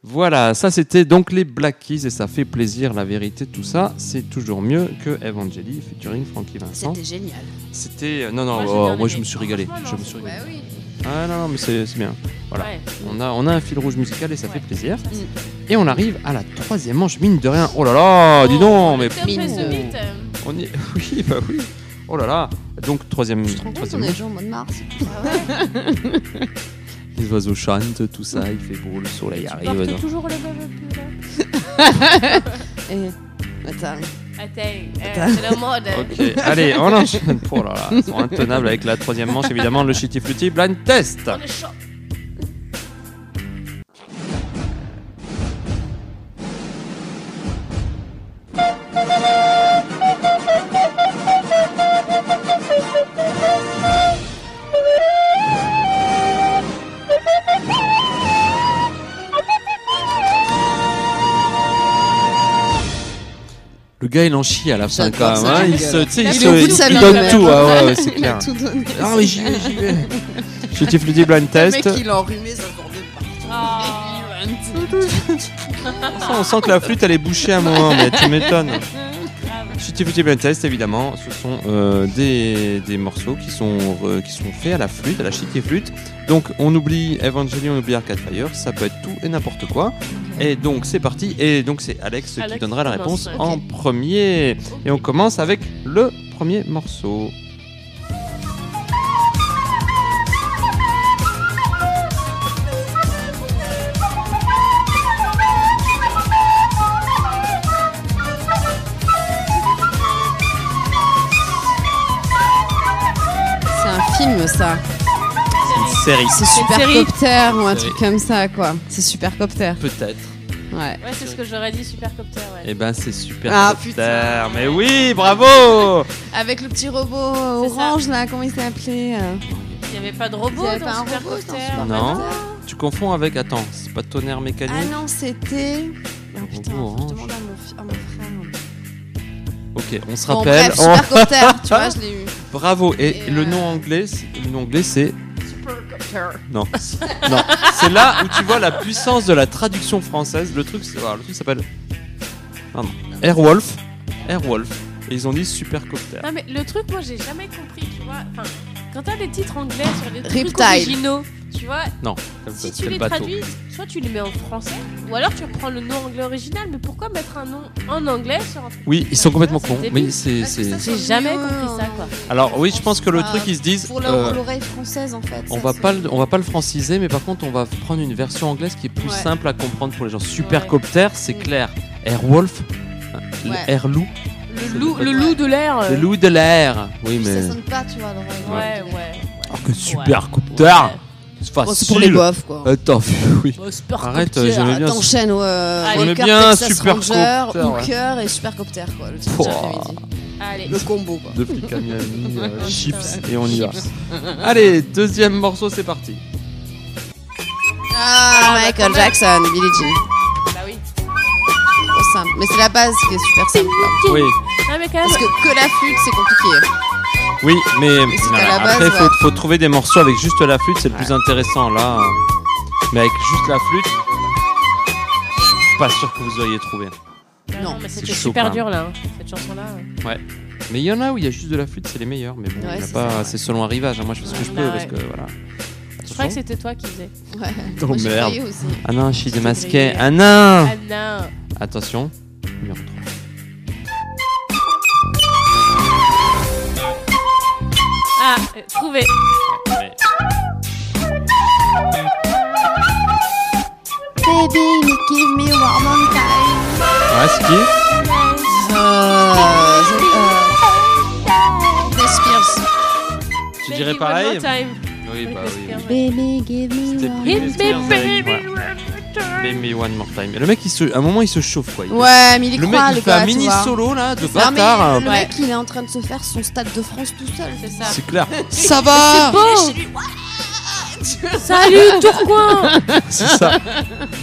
[SPEAKER 1] Voilà, ça c'était donc les Black Keys et ça fait plaisir, la vérité, tout ça, c'est toujours mieux que Evangeli featuring Frankie Vincent.
[SPEAKER 3] C'était génial.
[SPEAKER 1] C'était. euh, Non, non,
[SPEAKER 2] Moi,
[SPEAKER 1] oh,
[SPEAKER 2] j'ai
[SPEAKER 1] moi,
[SPEAKER 2] bien
[SPEAKER 1] je
[SPEAKER 2] aimé.
[SPEAKER 1] me suis régalé.
[SPEAKER 2] Franchement,
[SPEAKER 1] Je
[SPEAKER 2] non,
[SPEAKER 1] me suis régalé.
[SPEAKER 3] Bah oui.
[SPEAKER 1] Ah non, non, mais c'est c'est bien. Voilà.
[SPEAKER 2] Ouais. Mm.
[SPEAKER 1] On a, on a un fil rouge musical et ça
[SPEAKER 2] Ouais.
[SPEAKER 1] fait plaisir. Et on arrive à la troisième manche, mine de rien. Oh là là, dis donc, mais
[SPEAKER 2] Très, très
[SPEAKER 1] Oh.
[SPEAKER 2] vite.
[SPEAKER 1] on y... (laughs) Oui, bah oui. Oh là là. Donc troisième,
[SPEAKER 3] Je te rends compte,
[SPEAKER 1] troisième
[SPEAKER 3] on est
[SPEAKER 1] manche.
[SPEAKER 3] déjà au mois de mars.
[SPEAKER 1] Les oiseaux chantent, tout ça, il fait beau, le soleil arrive.
[SPEAKER 2] Porte toujours le bébé.
[SPEAKER 3] Et... Attends.
[SPEAKER 2] Attends, euh, c'est la mode.
[SPEAKER 1] Ok, allez, on enchaîne. Oh là là, ils sont intenables avec la troisième manche, évidemment, le shitty flutty blind test.
[SPEAKER 2] On est chaud.
[SPEAKER 1] Le gars, il en chie à la fin
[SPEAKER 3] J'adore
[SPEAKER 1] quand même.
[SPEAKER 3] ça,
[SPEAKER 1] hein.
[SPEAKER 3] je
[SPEAKER 1] Il se, tu sais, il,
[SPEAKER 3] Il
[SPEAKER 1] se-
[SPEAKER 3] est au bout de
[SPEAKER 1] il-
[SPEAKER 3] sa
[SPEAKER 1] il
[SPEAKER 3] vie,
[SPEAKER 1] donne
[SPEAKER 3] quand
[SPEAKER 1] tout.
[SPEAKER 3] même.
[SPEAKER 1] Ah ouais, ouais, c'est
[SPEAKER 3] (laughs) Il a
[SPEAKER 1] clair.
[SPEAKER 3] tout donné.
[SPEAKER 1] Ah mais j'y vais, j'y
[SPEAKER 3] (laughs)
[SPEAKER 1] vais. Shitty flutty blind test.
[SPEAKER 5] Le mec, il a enrhumé sa sorte de partout.
[SPEAKER 2] Ah.
[SPEAKER 1] Ça, on sent que la flûte elle est bouchée à un moment, mais tu m'étonnes. Shitty Flutty Blind Test, évidemment, ce sont euh, des, des morceaux qui sont, euh, qui sont faits à la flûte, à la Shitty Flute. Donc on oublie Evangelion, on oublie Arcade Fire, ça peut être tout et n'importe quoi. Et donc c'est parti, et donc c'est Alex, qui
[SPEAKER 2] Alex
[SPEAKER 1] donnera la
[SPEAKER 2] qui
[SPEAKER 1] réponse
[SPEAKER 2] commence, ok.
[SPEAKER 1] en premier. Et on commence avec le premier morceau.
[SPEAKER 3] C'est un film, ça.
[SPEAKER 1] Une série.
[SPEAKER 3] C'est
[SPEAKER 2] série.
[SPEAKER 3] Supercopter ou un
[SPEAKER 1] Série.
[SPEAKER 3] truc comme ça, quoi. C'est Supercopter.
[SPEAKER 1] Peut-être.
[SPEAKER 3] Ouais.
[SPEAKER 2] Ouais, c'est ce que j'aurais dit, supercopter. Ouais.
[SPEAKER 1] Eh ben c'est super.
[SPEAKER 5] Ah,
[SPEAKER 1] Copter.
[SPEAKER 5] putain.
[SPEAKER 1] Mais oui, bravo
[SPEAKER 3] Avec le petit robot euh,
[SPEAKER 2] C'est ça.
[SPEAKER 3] orange, là, comment il s'est appelé euh,
[SPEAKER 2] Il n'y avait pas de robot
[SPEAKER 3] Vous avez
[SPEAKER 2] dans
[SPEAKER 3] pas un robot,
[SPEAKER 2] supercopter.
[SPEAKER 3] c'est un super-
[SPEAKER 1] Non, tu confonds avec. Attends, c'est pas tonnerre mécanique
[SPEAKER 3] Ah non, c'était. Ah
[SPEAKER 1] Le
[SPEAKER 3] putain,
[SPEAKER 1] robot
[SPEAKER 3] faut que
[SPEAKER 1] orange.
[SPEAKER 3] je demande à mon, fi- à mon frère.
[SPEAKER 1] Ok, on se
[SPEAKER 3] Bon,
[SPEAKER 1] rappelle. (laughs)
[SPEAKER 3] bref,
[SPEAKER 1] on-
[SPEAKER 3] Supercopter, tu vois, je l'ai eu.
[SPEAKER 1] (laughs) Bravo. Et,
[SPEAKER 3] Et,
[SPEAKER 1] le
[SPEAKER 3] euh,
[SPEAKER 1] nom anglais, c'est- le nom anglais, c'est. Non, non. C'est là où tu vois la puissance de la traduction française. Le truc, c'est- voilà, le truc s'appelle. Pardon. Airwolf. Airwolf. Et ils ont dit supercopter.
[SPEAKER 2] Non, mais le truc, moi, j'ai jamais compris, tu vois. Enfin, quand t'as des titres anglais sur les trucs
[SPEAKER 3] Riptide.
[SPEAKER 2] originaux, tu vois, si
[SPEAKER 1] C'est
[SPEAKER 2] tu
[SPEAKER 1] le
[SPEAKER 2] les
[SPEAKER 1] bateau.
[SPEAKER 2] traduis, soit tu les mets en français, ou alors tu reprends le nom anglais original. Mais pourquoi mettre un nom en anglais sur un truc
[SPEAKER 1] Oui, ils sont complètement cons.
[SPEAKER 2] C'est débile.
[SPEAKER 1] Mais c'est.
[SPEAKER 3] Ah,
[SPEAKER 1] c'est-
[SPEAKER 2] J'ai jamais compris ça, quoi.
[SPEAKER 1] Alors oui, je pense que le truc, ils se disent.
[SPEAKER 3] hein. Bah, Pour
[SPEAKER 1] euh,
[SPEAKER 3] l'ore- l'oreille française, en fait.
[SPEAKER 1] on
[SPEAKER 3] ça,
[SPEAKER 1] va
[SPEAKER 3] c'est-
[SPEAKER 1] pas, le, on va pas le franciser, mais par contre, on va prendre une version anglaise qui est plus
[SPEAKER 3] Ouais.
[SPEAKER 1] simple à comprendre pour les gens. Supercopter, c'est clair. Airwolf,
[SPEAKER 3] Ouais.
[SPEAKER 1] Airlou,
[SPEAKER 2] Le
[SPEAKER 1] C'est
[SPEAKER 2] loup,
[SPEAKER 1] pas
[SPEAKER 2] le
[SPEAKER 1] vrai.
[SPEAKER 2] loup de l'air. euh,
[SPEAKER 1] le loup de l'air. Oui,
[SPEAKER 3] Puis
[SPEAKER 1] mais.
[SPEAKER 3] Ça sonne pas, tu vois, l'oreille.
[SPEAKER 2] Ouais, ouais.
[SPEAKER 1] Alors Ah, que
[SPEAKER 2] Ouais.
[SPEAKER 1] supercopter, c'est facile.
[SPEAKER 3] Bon, Oh, c'est pour les bofs, quoi.
[SPEAKER 1] Attends, (laughs) oui.
[SPEAKER 2] Oh, sport
[SPEAKER 1] Arrête,
[SPEAKER 2] copieur.
[SPEAKER 1] Euh, j'aimais bien. ce-
[SPEAKER 3] T'enchaînes euh,
[SPEAKER 2] Allez.
[SPEAKER 3] Walker,
[SPEAKER 1] On est bien,
[SPEAKER 3] Texas
[SPEAKER 1] Supercopter,
[SPEAKER 3] Ranger,
[SPEAKER 1] ouais.
[SPEAKER 3] Hooker et Supercopter, quoi. Le truc
[SPEAKER 1] Pouah.
[SPEAKER 3] l'après-midi.
[SPEAKER 2] Allez.
[SPEAKER 3] Le combo, quoi.
[SPEAKER 1] De flic à Miami,
[SPEAKER 3] (laughs)
[SPEAKER 1] euh, chips et on y va. Allez, deuxième morceau, c'est parti.
[SPEAKER 3] Ah, Michael Jackson, Billie Jean.
[SPEAKER 2] Bah oui.
[SPEAKER 3] Trop simple. Mais c'est la base qui est super simple. quoi.
[SPEAKER 1] Oui,
[SPEAKER 2] Ah, mais quand
[SPEAKER 3] Parce
[SPEAKER 2] même.
[SPEAKER 3] que que la flûte, c'est compliqué.
[SPEAKER 1] oui, mais
[SPEAKER 3] c'est
[SPEAKER 1] voilà,
[SPEAKER 3] à la base,
[SPEAKER 1] après, faut,
[SPEAKER 3] ouais.
[SPEAKER 1] faut trouver des morceaux avec juste la flûte, c'est le plus intéressant là. Mais avec juste la flûte, je suis pas sûr que vous auriez trouvé.
[SPEAKER 2] Ah
[SPEAKER 3] Non,
[SPEAKER 2] mais
[SPEAKER 1] c'est
[SPEAKER 2] c'était
[SPEAKER 1] chaud,
[SPEAKER 2] super
[SPEAKER 1] quand
[SPEAKER 2] dur là, hein, cette chanson-là. ouais.
[SPEAKER 1] Mais il y en a où il y a juste de la flûte, c'est les meilleurs. Mais bon,
[SPEAKER 3] Ouais,
[SPEAKER 1] il y en a
[SPEAKER 3] c'est
[SPEAKER 1] pas,
[SPEAKER 3] ça, ouais. Bah
[SPEAKER 1] c'est selon un rivage. hein. Moi, je fais ce que je
[SPEAKER 2] Ouais,
[SPEAKER 1] peux
[SPEAKER 2] ouais.
[SPEAKER 1] parce que voilà.
[SPEAKER 2] Je croyais que c'était toi qui faisais.
[SPEAKER 3] Ouais.
[SPEAKER 1] Oh,
[SPEAKER 3] Moi, j'ai
[SPEAKER 1] merde.
[SPEAKER 3] failli aussi.
[SPEAKER 1] Ah non, je suis démasqué.
[SPEAKER 2] grillé.
[SPEAKER 1] Ah non.
[SPEAKER 2] Ah non.
[SPEAKER 1] Attention, numéro 3.
[SPEAKER 2] Ah, euh, trouvé.
[SPEAKER 3] Baby, you give me one more time.
[SPEAKER 1] Ouais, c'est qui
[SPEAKER 3] Euh, je- euh, Britney Spears.
[SPEAKER 1] Tu
[SPEAKER 2] Baby,
[SPEAKER 1] dirais
[SPEAKER 2] one
[SPEAKER 1] pareil
[SPEAKER 2] more time.
[SPEAKER 1] Oui, bah oui.
[SPEAKER 3] Baby, give me
[SPEAKER 1] C'était
[SPEAKER 3] one
[SPEAKER 1] Britney
[SPEAKER 2] Hit
[SPEAKER 1] Spears
[SPEAKER 2] me,
[SPEAKER 1] avec-
[SPEAKER 2] baby,
[SPEAKER 1] ouais. Baby One More Time. Et le mec, il se, à un moment, il se chauffe, quoi. Il-
[SPEAKER 3] Ouais, mais il y
[SPEAKER 1] Le mec,
[SPEAKER 3] croit,
[SPEAKER 1] il
[SPEAKER 3] le
[SPEAKER 1] fait un
[SPEAKER 3] gars, tu
[SPEAKER 1] mini
[SPEAKER 3] vois.
[SPEAKER 1] solo, là, de
[SPEAKER 3] Non,
[SPEAKER 1] bâtard.
[SPEAKER 3] mais le
[SPEAKER 1] hein.
[SPEAKER 3] mec, il est en train de se faire son stade de France tout seul.
[SPEAKER 2] C'est ça. Oh
[SPEAKER 1] C'est clair.
[SPEAKER 3] (laughs) Ça va (laughs)
[SPEAKER 2] Salut Tourcoing
[SPEAKER 1] C'est ça.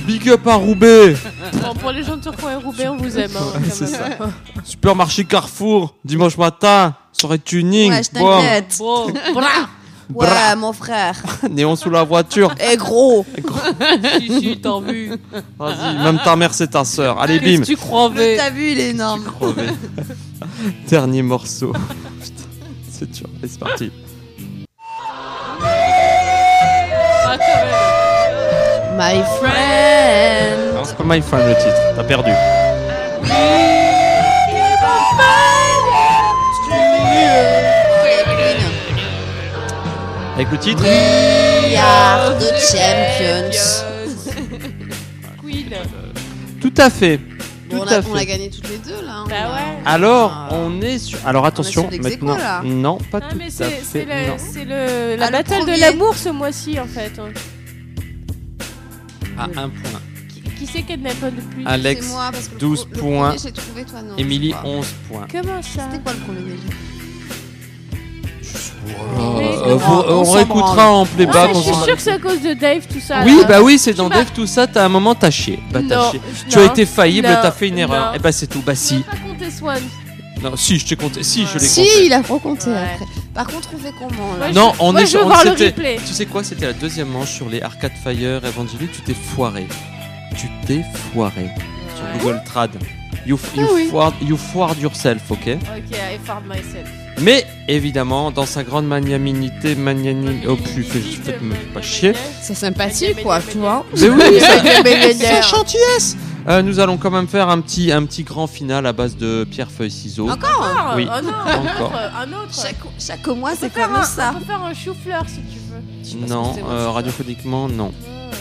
[SPEAKER 1] Big up à Roubaix.
[SPEAKER 2] Bon, pour les gens de Tourcoing et Roubaix, on vous aime. Hein,
[SPEAKER 1] Ouais, (laughs)
[SPEAKER 2] quand
[SPEAKER 1] c'est
[SPEAKER 2] même.
[SPEAKER 1] Supermarché Carrefour, dimanche matin, soirée tuning.
[SPEAKER 3] Ouais, je
[SPEAKER 1] Bon.
[SPEAKER 2] (laughs)
[SPEAKER 3] t'inquiète.
[SPEAKER 2] Bon, voilà.
[SPEAKER 3] Ouais, mon frère.
[SPEAKER 1] Néon sous la voiture.
[SPEAKER 3] Eh gros.
[SPEAKER 9] Si, si, t'as vu.
[SPEAKER 1] Vas-y, même ta mère, c'est ta sœur. Allez,
[SPEAKER 9] Qu'est-ce
[SPEAKER 1] bim.
[SPEAKER 9] que tu crois,
[SPEAKER 3] Le
[SPEAKER 9] vé
[SPEAKER 3] T'as vu, il est énorme. (laughs)
[SPEAKER 1] Crevé. Dernier morceau. Putain, c'est dur. Allez, c'est parti.
[SPEAKER 9] Ah, quand même.
[SPEAKER 3] My friend.
[SPEAKER 1] Non, c'est pas My Friend le titre. T'as perdu. Avec le titre
[SPEAKER 3] We are the champions.
[SPEAKER 2] Queen.
[SPEAKER 1] Tout à fait. Tout
[SPEAKER 3] Bon, on,
[SPEAKER 1] à
[SPEAKER 3] a,
[SPEAKER 1] fait.
[SPEAKER 3] on a gagné toutes les deux là. hein.
[SPEAKER 2] Bah ouais.
[SPEAKER 3] Ah.
[SPEAKER 1] Alors, on est sur. Alors attention,
[SPEAKER 3] sur l'ex aequo,
[SPEAKER 1] maintenant.
[SPEAKER 3] là.
[SPEAKER 1] Non, pas
[SPEAKER 2] Ah,
[SPEAKER 1] tout
[SPEAKER 2] mais
[SPEAKER 1] à
[SPEAKER 2] c'est c'est
[SPEAKER 1] fait.
[SPEAKER 2] le-
[SPEAKER 1] non.
[SPEAKER 2] c'est le,
[SPEAKER 3] Ah,
[SPEAKER 2] la
[SPEAKER 3] le
[SPEAKER 2] bataille
[SPEAKER 3] premier.
[SPEAKER 2] de l'amour ce mois-ci en fait. hein.
[SPEAKER 1] À un point.
[SPEAKER 2] Qui, qui c'est qu'elle n'aime pas le plus
[SPEAKER 1] Alex,
[SPEAKER 3] C'est moi, parce que le
[SPEAKER 1] 12
[SPEAKER 3] pro- le
[SPEAKER 1] points.
[SPEAKER 3] premier, J'ai trouvé toi non.
[SPEAKER 1] Émilie,
[SPEAKER 3] je crois.
[SPEAKER 1] 11 points.
[SPEAKER 2] Comment ça
[SPEAKER 3] C'était quoi le premier déjà
[SPEAKER 2] Oh,
[SPEAKER 1] Euh,
[SPEAKER 3] on
[SPEAKER 1] vous-
[SPEAKER 3] s'en
[SPEAKER 1] on
[SPEAKER 3] branle.
[SPEAKER 1] réécoutera en
[SPEAKER 2] Ah,
[SPEAKER 1] playback. on
[SPEAKER 2] mais Je suis
[SPEAKER 1] s'en-
[SPEAKER 2] sûre que c'est à cause de Dave tout ça.
[SPEAKER 1] Oui,
[SPEAKER 2] là.
[SPEAKER 1] bah oui, c'est dans
[SPEAKER 2] Tu m'as-
[SPEAKER 1] Dave tout ça. T'as un moment, t'as chié. Bah, t'as
[SPEAKER 2] Non,
[SPEAKER 1] chié.
[SPEAKER 2] je-
[SPEAKER 1] Tu as
[SPEAKER 2] non.
[SPEAKER 1] été faillible,
[SPEAKER 2] Non,
[SPEAKER 1] t'as fait une erreur.
[SPEAKER 2] non.
[SPEAKER 1] Et bah, c'est tout. Bah, si.
[SPEAKER 2] Tu m'as pas compté Swan.
[SPEAKER 1] Non, si, je t'ai compté. Si, je l'ai
[SPEAKER 3] Si,
[SPEAKER 1] compté.
[SPEAKER 3] il a reconté
[SPEAKER 2] Ouais.
[SPEAKER 3] après. Par contre, on fait comment là
[SPEAKER 2] Ouais,
[SPEAKER 1] Non, on
[SPEAKER 2] Moi,
[SPEAKER 1] est
[SPEAKER 2] je veux
[SPEAKER 1] on-
[SPEAKER 2] voir le
[SPEAKER 1] c'était-
[SPEAKER 2] replay.
[SPEAKER 1] Tu sais quoi C'était la deuxième manche sur les Arcade Fire Evangelic. Tu t'es foiré. Tu t'es foiré. Sur Google Trad. You, f- you,
[SPEAKER 3] Ah oui.
[SPEAKER 1] foired, you foired yourself, ok
[SPEAKER 2] Ok, I found myself.
[SPEAKER 1] Mais évidemment, dans sa grande magnanimité, magnanimité. Oh, plus, fais- faites me pas chier.
[SPEAKER 2] (laughs)
[SPEAKER 3] C'est sympathique quoi, tu vois.
[SPEAKER 1] Mais oui,
[SPEAKER 5] C'est
[SPEAKER 1] c'est gentillesse Euh, Nous allons quand même faire un petit, un petit grand final à base de pierre, feuille, ciseaux.
[SPEAKER 3] Encore hein.
[SPEAKER 2] Ah,
[SPEAKER 1] Oui,
[SPEAKER 2] oh non,
[SPEAKER 1] encore.
[SPEAKER 2] Un autre, un autre.
[SPEAKER 3] chaque, chaque mois,
[SPEAKER 2] On peut
[SPEAKER 3] c'est
[SPEAKER 2] faire
[SPEAKER 3] comme
[SPEAKER 2] un-
[SPEAKER 3] ça.
[SPEAKER 2] On peut faire un chou-fleur si tu veux.
[SPEAKER 1] Non, euh, radiophoniquement, non.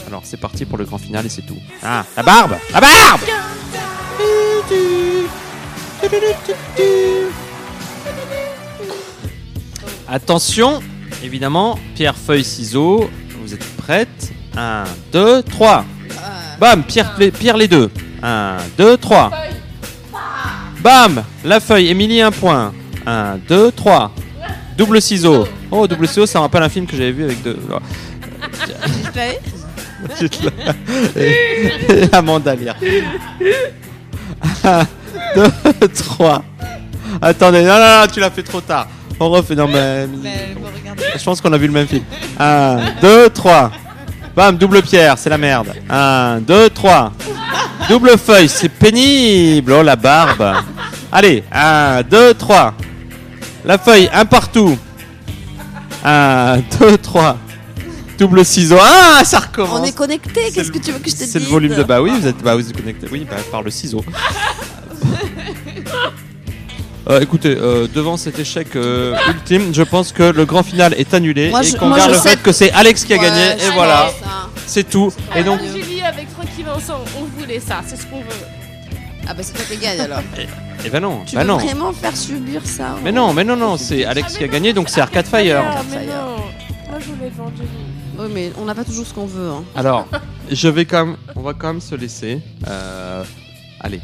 [SPEAKER 1] Alors c'est parti pour le grand final et c'est tout. Ah, la barbe La barbe Attention, évidemment, pierre, feuille, ciseaux, vous êtes prêtes 1, 2, 3. Bam, pierre, pla- pierre les deux. 1, 2, 3. Bam, la feuille, Émilie, un point. 1, 2, 3. Double ciseau. Oh, double ciseau, ça me rappelle un film que j'avais vu avec deux. (laughs) Et Amanda lire. 2, 3. Attendez, non, non, non, tu l'as fait trop tard. On refait, non, mais. Je pense qu'on a vu le même film. 1, 2, 3. Bam, double pierre, c'est la merde. 1, 2, 3. Double feuille, c'est pénible. Oh la barbe. Allez, 1, 2, 3. La feuille, un partout. 1, 2, 3. Double ciseau. Ah, ça recommence.
[SPEAKER 3] On est connectés,
[SPEAKER 1] C'est
[SPEAKER 3] qu'est-ce
[SPEAKER 1] le-
[SPEAKER 3] que tu veux que je te dise
[SPEAKER 1] C'est le volume de bah oui, vous êtes bah vous êtes connecté. Oui, bah par le
[SPEAKER 3] (laughs)
[SPEAKER 1] ciseau. Euh, écoutez, euh, devant cet échec euh, ultime, je pense que le grand final est annulé
[SPEAKER 3] Moi,
[SPEAKER 1] et
[SPEAKER 3] je-
[SPEAKER 1] qu'on
[SPEAKER 3] moi,
[SPEAKER 1] garde
[SPEAKER 3] je
[SPEAKER 1] le
[SPEAKER 3] sais-
[SPEAKER 1] fait que c'est Alex qui a
[SPEAKER 3] Ouais,
[SPEAKER 1] gagné et
[SPEAKER 3] c'est
[SPEAKER 1] voilà,
[SPEAKER 3] ça.
[SPEAKER 1] c'est tout. Et donc
[SPEAKER 2] Comme Julie avec Francky Vincent, on voulait ça, c'est ce qu'on veut.
[SPEAKER 3] Ah bah c'est toi qui gagne alors.
[SPEAKER 1] et ben non,
[SPEAKER 3] Tu
[SPEAKER 1] bah
[SPEAKER 3] veux
[SPEAKER 1] non.
[SPEAKER 3] vraiment faire subir ça hein
[SPEAKER 1] Mais non, mais non non, c'est
[SPEAKER 3] Ah,
[SPEAKER 2] Ah,
[SPEAKER 1] Alex qui a gagné donc c'est Arcade Fire.
[SPEAKER 2] Mais non, moi je voulais Evangeline.
[SPEAKER 3] Oui, mais on n'a pas toujours ce qu'on veut. hein.
[SPEAKER 1] Alors, je vais quand même on va quand même se laisser euh, allez.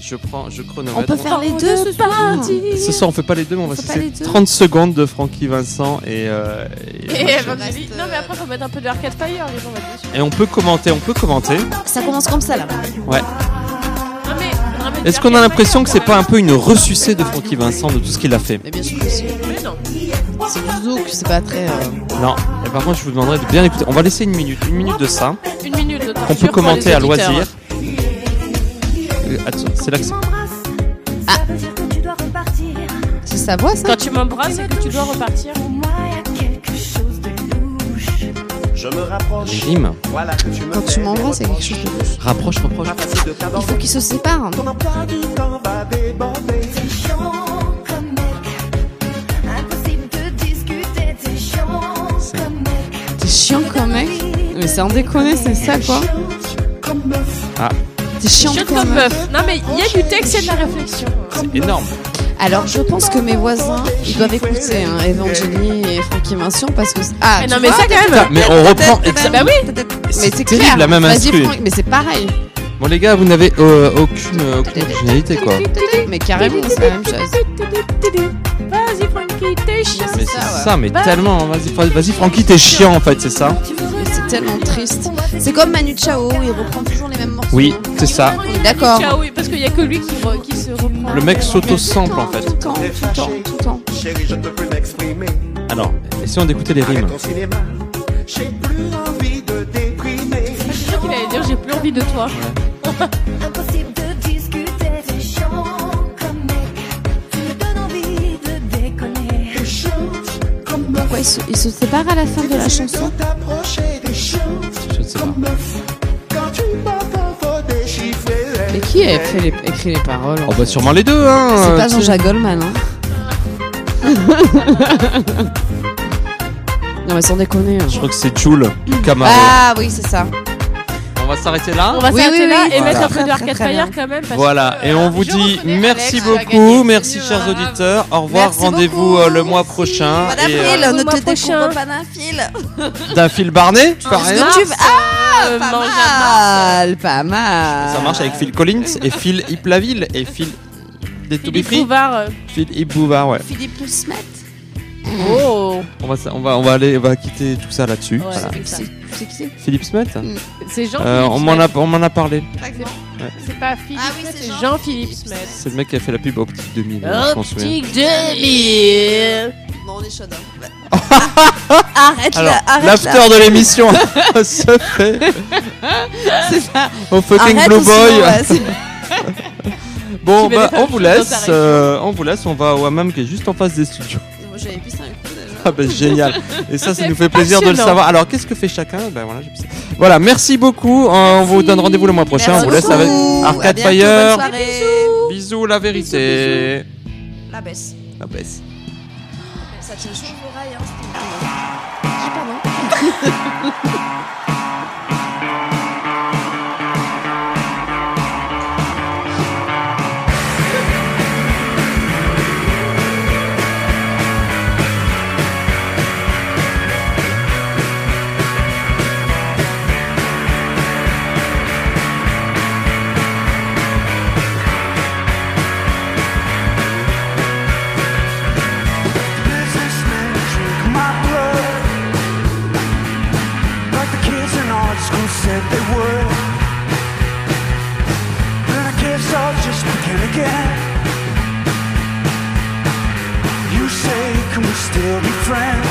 [SPEAKER 1] Je prends je
[SPEAKER 3] On
[SPEAKER 1] chronomètre.
[SPEAKER 3] peut faire les
[SPEAKER 2] on
[SPEAKER 3] deux
[SPEAKER 2] veut
[SPEAKER 3] ce soir.
[SPEAKER 1] Ce soir, on fait pas les deux, mais on, va
[SPEAKER 3] fait
[SPEAKER 1] se
[SPEAKER 3] pas les
[SPEAKER 1] laisser
[SPEAKER 3] deux.
[SPEAKER 1] 30 secondes de Francky Vincent et, euh, et-
[SPEAKER 2] Et
[SPEAKER 3] je
[SPEAKER 2] Evangeline.
[SPEAKER 3] reste,
[SPEAKER 2] Non, mais
[SPEAKER 3] euh,
[SPEAKER 2] après, faut mettre un peu de l'arcade fire, les gens vont être déçus.
[SPEAKER 1] et on peut commenter, on peut commenter.
[SPEAKER 3] Ça commence comme ça là.
[SPEAKER 2] Non, mais- non, mais
[SPEAKER 1] Est-ce
[SPEAKER 2] de
[SPEAKER 1] qu'on a
[SPEAKER 2] l'arcade
[SPEAKER 1] l'impression
[SPEAKER 2] fire,
[SPEAKER 1] que c'est
[SPEAKER 2] quand
[SPEAKER 1] pas un
[SPEAKER 2] même.
[SPEAKER 1] peu une ressucée de Francky Vincent de tout ce qu'il a fait
[SPEAKER 3] Mais bien sûr que si.
[SPEAKER 2] Mais non.
[SPEAKER 3] C'est du zouk, c'est pas très. euh,
[SPEAKER 1] Non. Et par contre, Eh ben, je vous demanderai de bien écouter. On va laisser une minute, une minute de ça
[SPEAKER 2] Une minute de temps.
[SPEAKER 1] qu'on peut commenter à loisir. Euh, attends, C'est là que c'est-
[SPEAKER 4] Ah.
[SPEAKER 3] C'est sa voix ça
[SPEAKER 2] Quand tu m'embrasses et que tu dois repartir.
[SPEAKER 6] Je me rapproche,
[SPEAKER 1] les rimes.
[SPEAKER 6] voilà que tu me
[SPEAKER 3] Quand tu m'embrasses, c'est quelque chose de plus.
[SPEAKER 1] Rapproche, rapproche.
[SPEAKER 3] Il faut qu'ils se séparent.
[SPEAKER 6] Ton emploi du temps va déborder.
[SPEAKER 3] T'es chiant comme mec. Mais c'est en déconner, c'est ça quoi.
[SPEAKER 1] Ah.
[SPEAKER 3] T'es chiant
[SPEAKER 2] Chute
[SPEAKER 3] comme
[SPEAKER 2] comme
[SPEAKER 3] mec.
[SPEAKER 2] meuf. Non, mais il y a du texte et de la réflexion.
[SPEAKER 1] C'est énorme.
[SPEAKER 3] Alors je pense que mes voisins, ils doivent écouter hein, Evangeline et Francky Vincent parce que. c'est- Ah,
[SPEAKER 2] Eh
[SPEAKER 3] tu
[SPEAKER 2] non, mais
[SPEAKER 3] vois,
[SPEAKER 2] ça, quand même.
[SPEAKER 1] Mais on reprend.
[SPEAKER 3] Peut-être- eh ben
[SPEAKER 1] exactement-
[SPEAKER 2] Bah oui.
[SPEAKER 3] Mais
[SPEAKER 1] C'est
[SPEAKER 3] c'est
[SPEAKER 1] terrible,
[SPEAKER 3] clair.
[SPEAKER 1] la même
[SPEAKER 3] Vas-y,
[SPEAKER 1] instru.
[SPEAKER 3] Franck, mais c'est pareil.
[SPEAKER 1] Bon les gars, vous n'avez euh, aucune, aucune originalité quoi.
[SPEAKER 3] Mais carrément, c'est la même chose.
[SPEAKER 2] Vas-y, Francky, t'es chiant.
[SPEAKER 1] Mais
[SPEAKER 3] ça,
[SPEAKER 1] c'est
[SPEAKER 3] ouais.
[SPEAKER 1] ça, mais
[SPEAKER 2] Bah-
[SPEAKER 1] tellement. Vas-y, Fra- vas-y, Francky, t'es chiant en fait, c'est ça.
[SPEAKER 3] Mais C'est tellement triste. C'est comme Manu Chao, il reprend toujours les mêmes morceaux.
[SPEAKER 1] Oui, c'est ça.
[SPEAKER 3] D'accord.
[SPEAKER 2] Ciao, oui, parce qu'il y a que lui qui, re- qui se reprend.
[SPEAKER 1] Le mec s'auto-sample en
[SPEAKER 3] Tout
[SPEAKER 1] fait.
[SPEAKER 3] le temps, tout le temps, tout le temps.
[SPEAKER 6] Chérie, je ne peux plus m'exprimer.
[SPEAKER 1] Alors, essayons d'écouter les rimes.
[SPEAKER 10] Arrête ton cinéma, j'ai plus envie de déprimer.
[SPEAKER 2] Je suis sûr qu'il allait dire j'ai plus envie de toi.
[SPEAKER 4] Impossible de discuter, t'es chiant comme mec. Tu me donnes envie de déconner.
[SPEAKER 3] Pourquoi ils se, ils se séparent à la fin de la chanson
[SPEAKER 1] Je ne sais pas.
[SPEAKER 3] Et qui a écrit les, écrit les paroles en
[SPEAKER 1] Oh bah
[SPEAKER 3] fait
[SPEAKER 1] sûrement les deux, hein
[SPEAKER 3] C'est pas
[SPEAKER 1] tu sais.
[SPEAKER 3] Jean-Jacques Goldman, hein
[SPEAKER 1] (laughs)
[SPEAKER 3] Non mais sans déconner. hein.
[SPEAKER 1] Je crois que c'est Chul, Camaro.
[SPEAKER 3] Ah oui, c'est ça.
[SPEAKER 1] On va s'arrêter là.
[SPEAKER 2] On va
[SPEAKER 3] Oui,
[SPEAKER 2] s'arrêter
[SPEAKER 3] oui,
[SPEAKER 2] là
[SPEAKER 3] oui,
[SPEAKER 2] et mettre
[SPEAKER 1] voilà.
[SPEAKER 2] un peu
[SPEAKER 3] Très,
[SPEAKER 2] de
[SPEAKER 3] très,
[SPEAKER 2] Arcade
[SPEAKER 3] très
[SPEAKER 2] Fire
[SPEAKER 3] bien.
[SPEAKER 2] quand même. parce
[SPEAKER 1] Ah. Voilà,
[SPEAKER 2] que,
[SPEAKER 1] et
[SPEAKER 2] euh,
[SPEAKER 1] on vous
[SPEAKER 2] je
[SPEAKER 1] dit
[SPEAKER 2] reconnais
[SPEAKER 1] merci
[SPEAKER 2] Alex, tu as gagné,
[SPEAKER 1] beaucoup,
[SPEAKER 2] c'est
[SPEAKER 1] merci
[SPEAKER 2] mieux,
[SPEAKER 1] chers
[SPEAKER 2] hein.
[SPEAKER 1] auditeurs, au revoir,
[SPEAKER 3] Merci
[SPEAKER 1] rendez-vous
[SPEAKER 3] beaucoup.
[SPEAKER 1] euh, le mois prochain.
[SPEAKER 3] Madame
[SPEAKER 1] et,
[SPEAKER 3] Hill,
[SPEAKER 1] euh,
[SPEAKER 2] le
[SPEAKER 3] ne
[SPEAKER 2] mois
[SPEAKER 3] te
[SPEAKER 2] prochain.
[SPEAKER 3] découpe pas d'un fil.
[SPEAKER 1] d'un fil barné, par
[SPEAKER 3] Parce que
[SPEAKER 1] exemple.
[SPEAKER 3] tu vas-
[SPEAKER 2] Euh,
[SPEAKER 3] Pas
[SPEAKER 2] mange
[SPEAKER 3] mal, pas mal.
[SPEAKER 1] Ça marche avec Phil Collins et Phil Hiplaville et Phil des To Be
[SPEAKER 2] Philippe
[SPEAKER 1] Free.
[SPEAKER 2] Bouvard. euh,
[SPEAKER 1] Phil Hip Bouvard, ouais.
[SPEAKER 3] Philippe Poussemet.
[SPEAKER 2] Oh,
[SPEAKER 1] On va, on va, on va aller, on va quitter tout ça là-dessus.
[SPEAKER 2] Ouais.
[SPEAKER 1] Voilà.
[SPEAKER 2] C'est-
[SPEAKER 3] C'est qui c'est
[SPEAKER 1] Philippe Smet
[SPEAKER 2] c'est Jean.
[SPEAKER 1] Euh, on m'en a, on m'en a parlé.
[SPEAKER 2] C'est pas Philippe,
[SPEAKER 4] Ah oui,
[SPEAKER 2] Smet,
[SPEAKER 4] c'est
[SPEAKER 2] c'est
[SPEAKER 4] Jean-
[SPEAKER 2] Jean-Philippe Smet.
[SPEAKER 1] C'est le mec qui a fait la pub Optique 2000, euh, je m'en souviens.
[SPEAKER 2] Optique 2000.
[SPEAKER 4] Non, on est (laughs) chaud. hein. Ouais.
[SPEAKER 3] Arrête
[SPEAKER 1] Alors,
[SPEAKER 3] là, arrête là.
[SPEAKER 1] l'after de l'émission (laughs) se fait
[SPEAKER 3] C'est pas-
[SPEAKER 1] au fucking
[SPEAKER 3] Arrête
[SPEAKER 1] Blue
[SPEAKER 3] ou
[SPEAKER 1] Boy. (laughs)
[SPEAKER 3] sinon, ouais, c'est-
[SPEAKER 1] Bon,
[SPEAKER 2] Tu vas
[SPEAKER 1] bah,
[SPEAKER 2] les faire
[SPEAKER 1] on vous
[SPEAKER 2] chier dans ta
[SPEAKER 1] laisse.
[SPEAKER 2] région.
[SPEAKER 1] euh, on vous laisse. On va au hammam qui est juste en face des studios. (laughs)
[SPEAKER 4] Moi, j'avais pissé un coup déjà.
[SPEAKER 1] Ah bah génial. Et ça, ça nous fait plaisir de le
[SPEAKER 2] passionnant.
[SPEAKER 1] savoir. Alors, qu'est-ce que fait chacun Ben voilà, j'ai pissé. Voilà, merci beaucoup. Euh, On vous donne rendez-vous le mois prochain. on vous laisse
[SPEAKER 4] Merci
[SPEAKER 1] avec
[SPEAKER 4] beaucoup. À
[SPEAKER 1] Arcade
[SPEAKER 4] bientôt,
[SPEAKER 1] Fire.
[SPEAKER 4] bonne soirée.
[SPEAKER 1] Bisous, la vérité.
[SPEAKER 4] La baisse.
[SPEAKER 1] La baisse.
[SPEAKER 4] Ça tient chaud aux oreilles. Hein, c'était-
[SPEAKER 6] Businessmen drink my blood, like the kids in art school said they would. Then I guess I'll just begin again. You say, can we still be friends?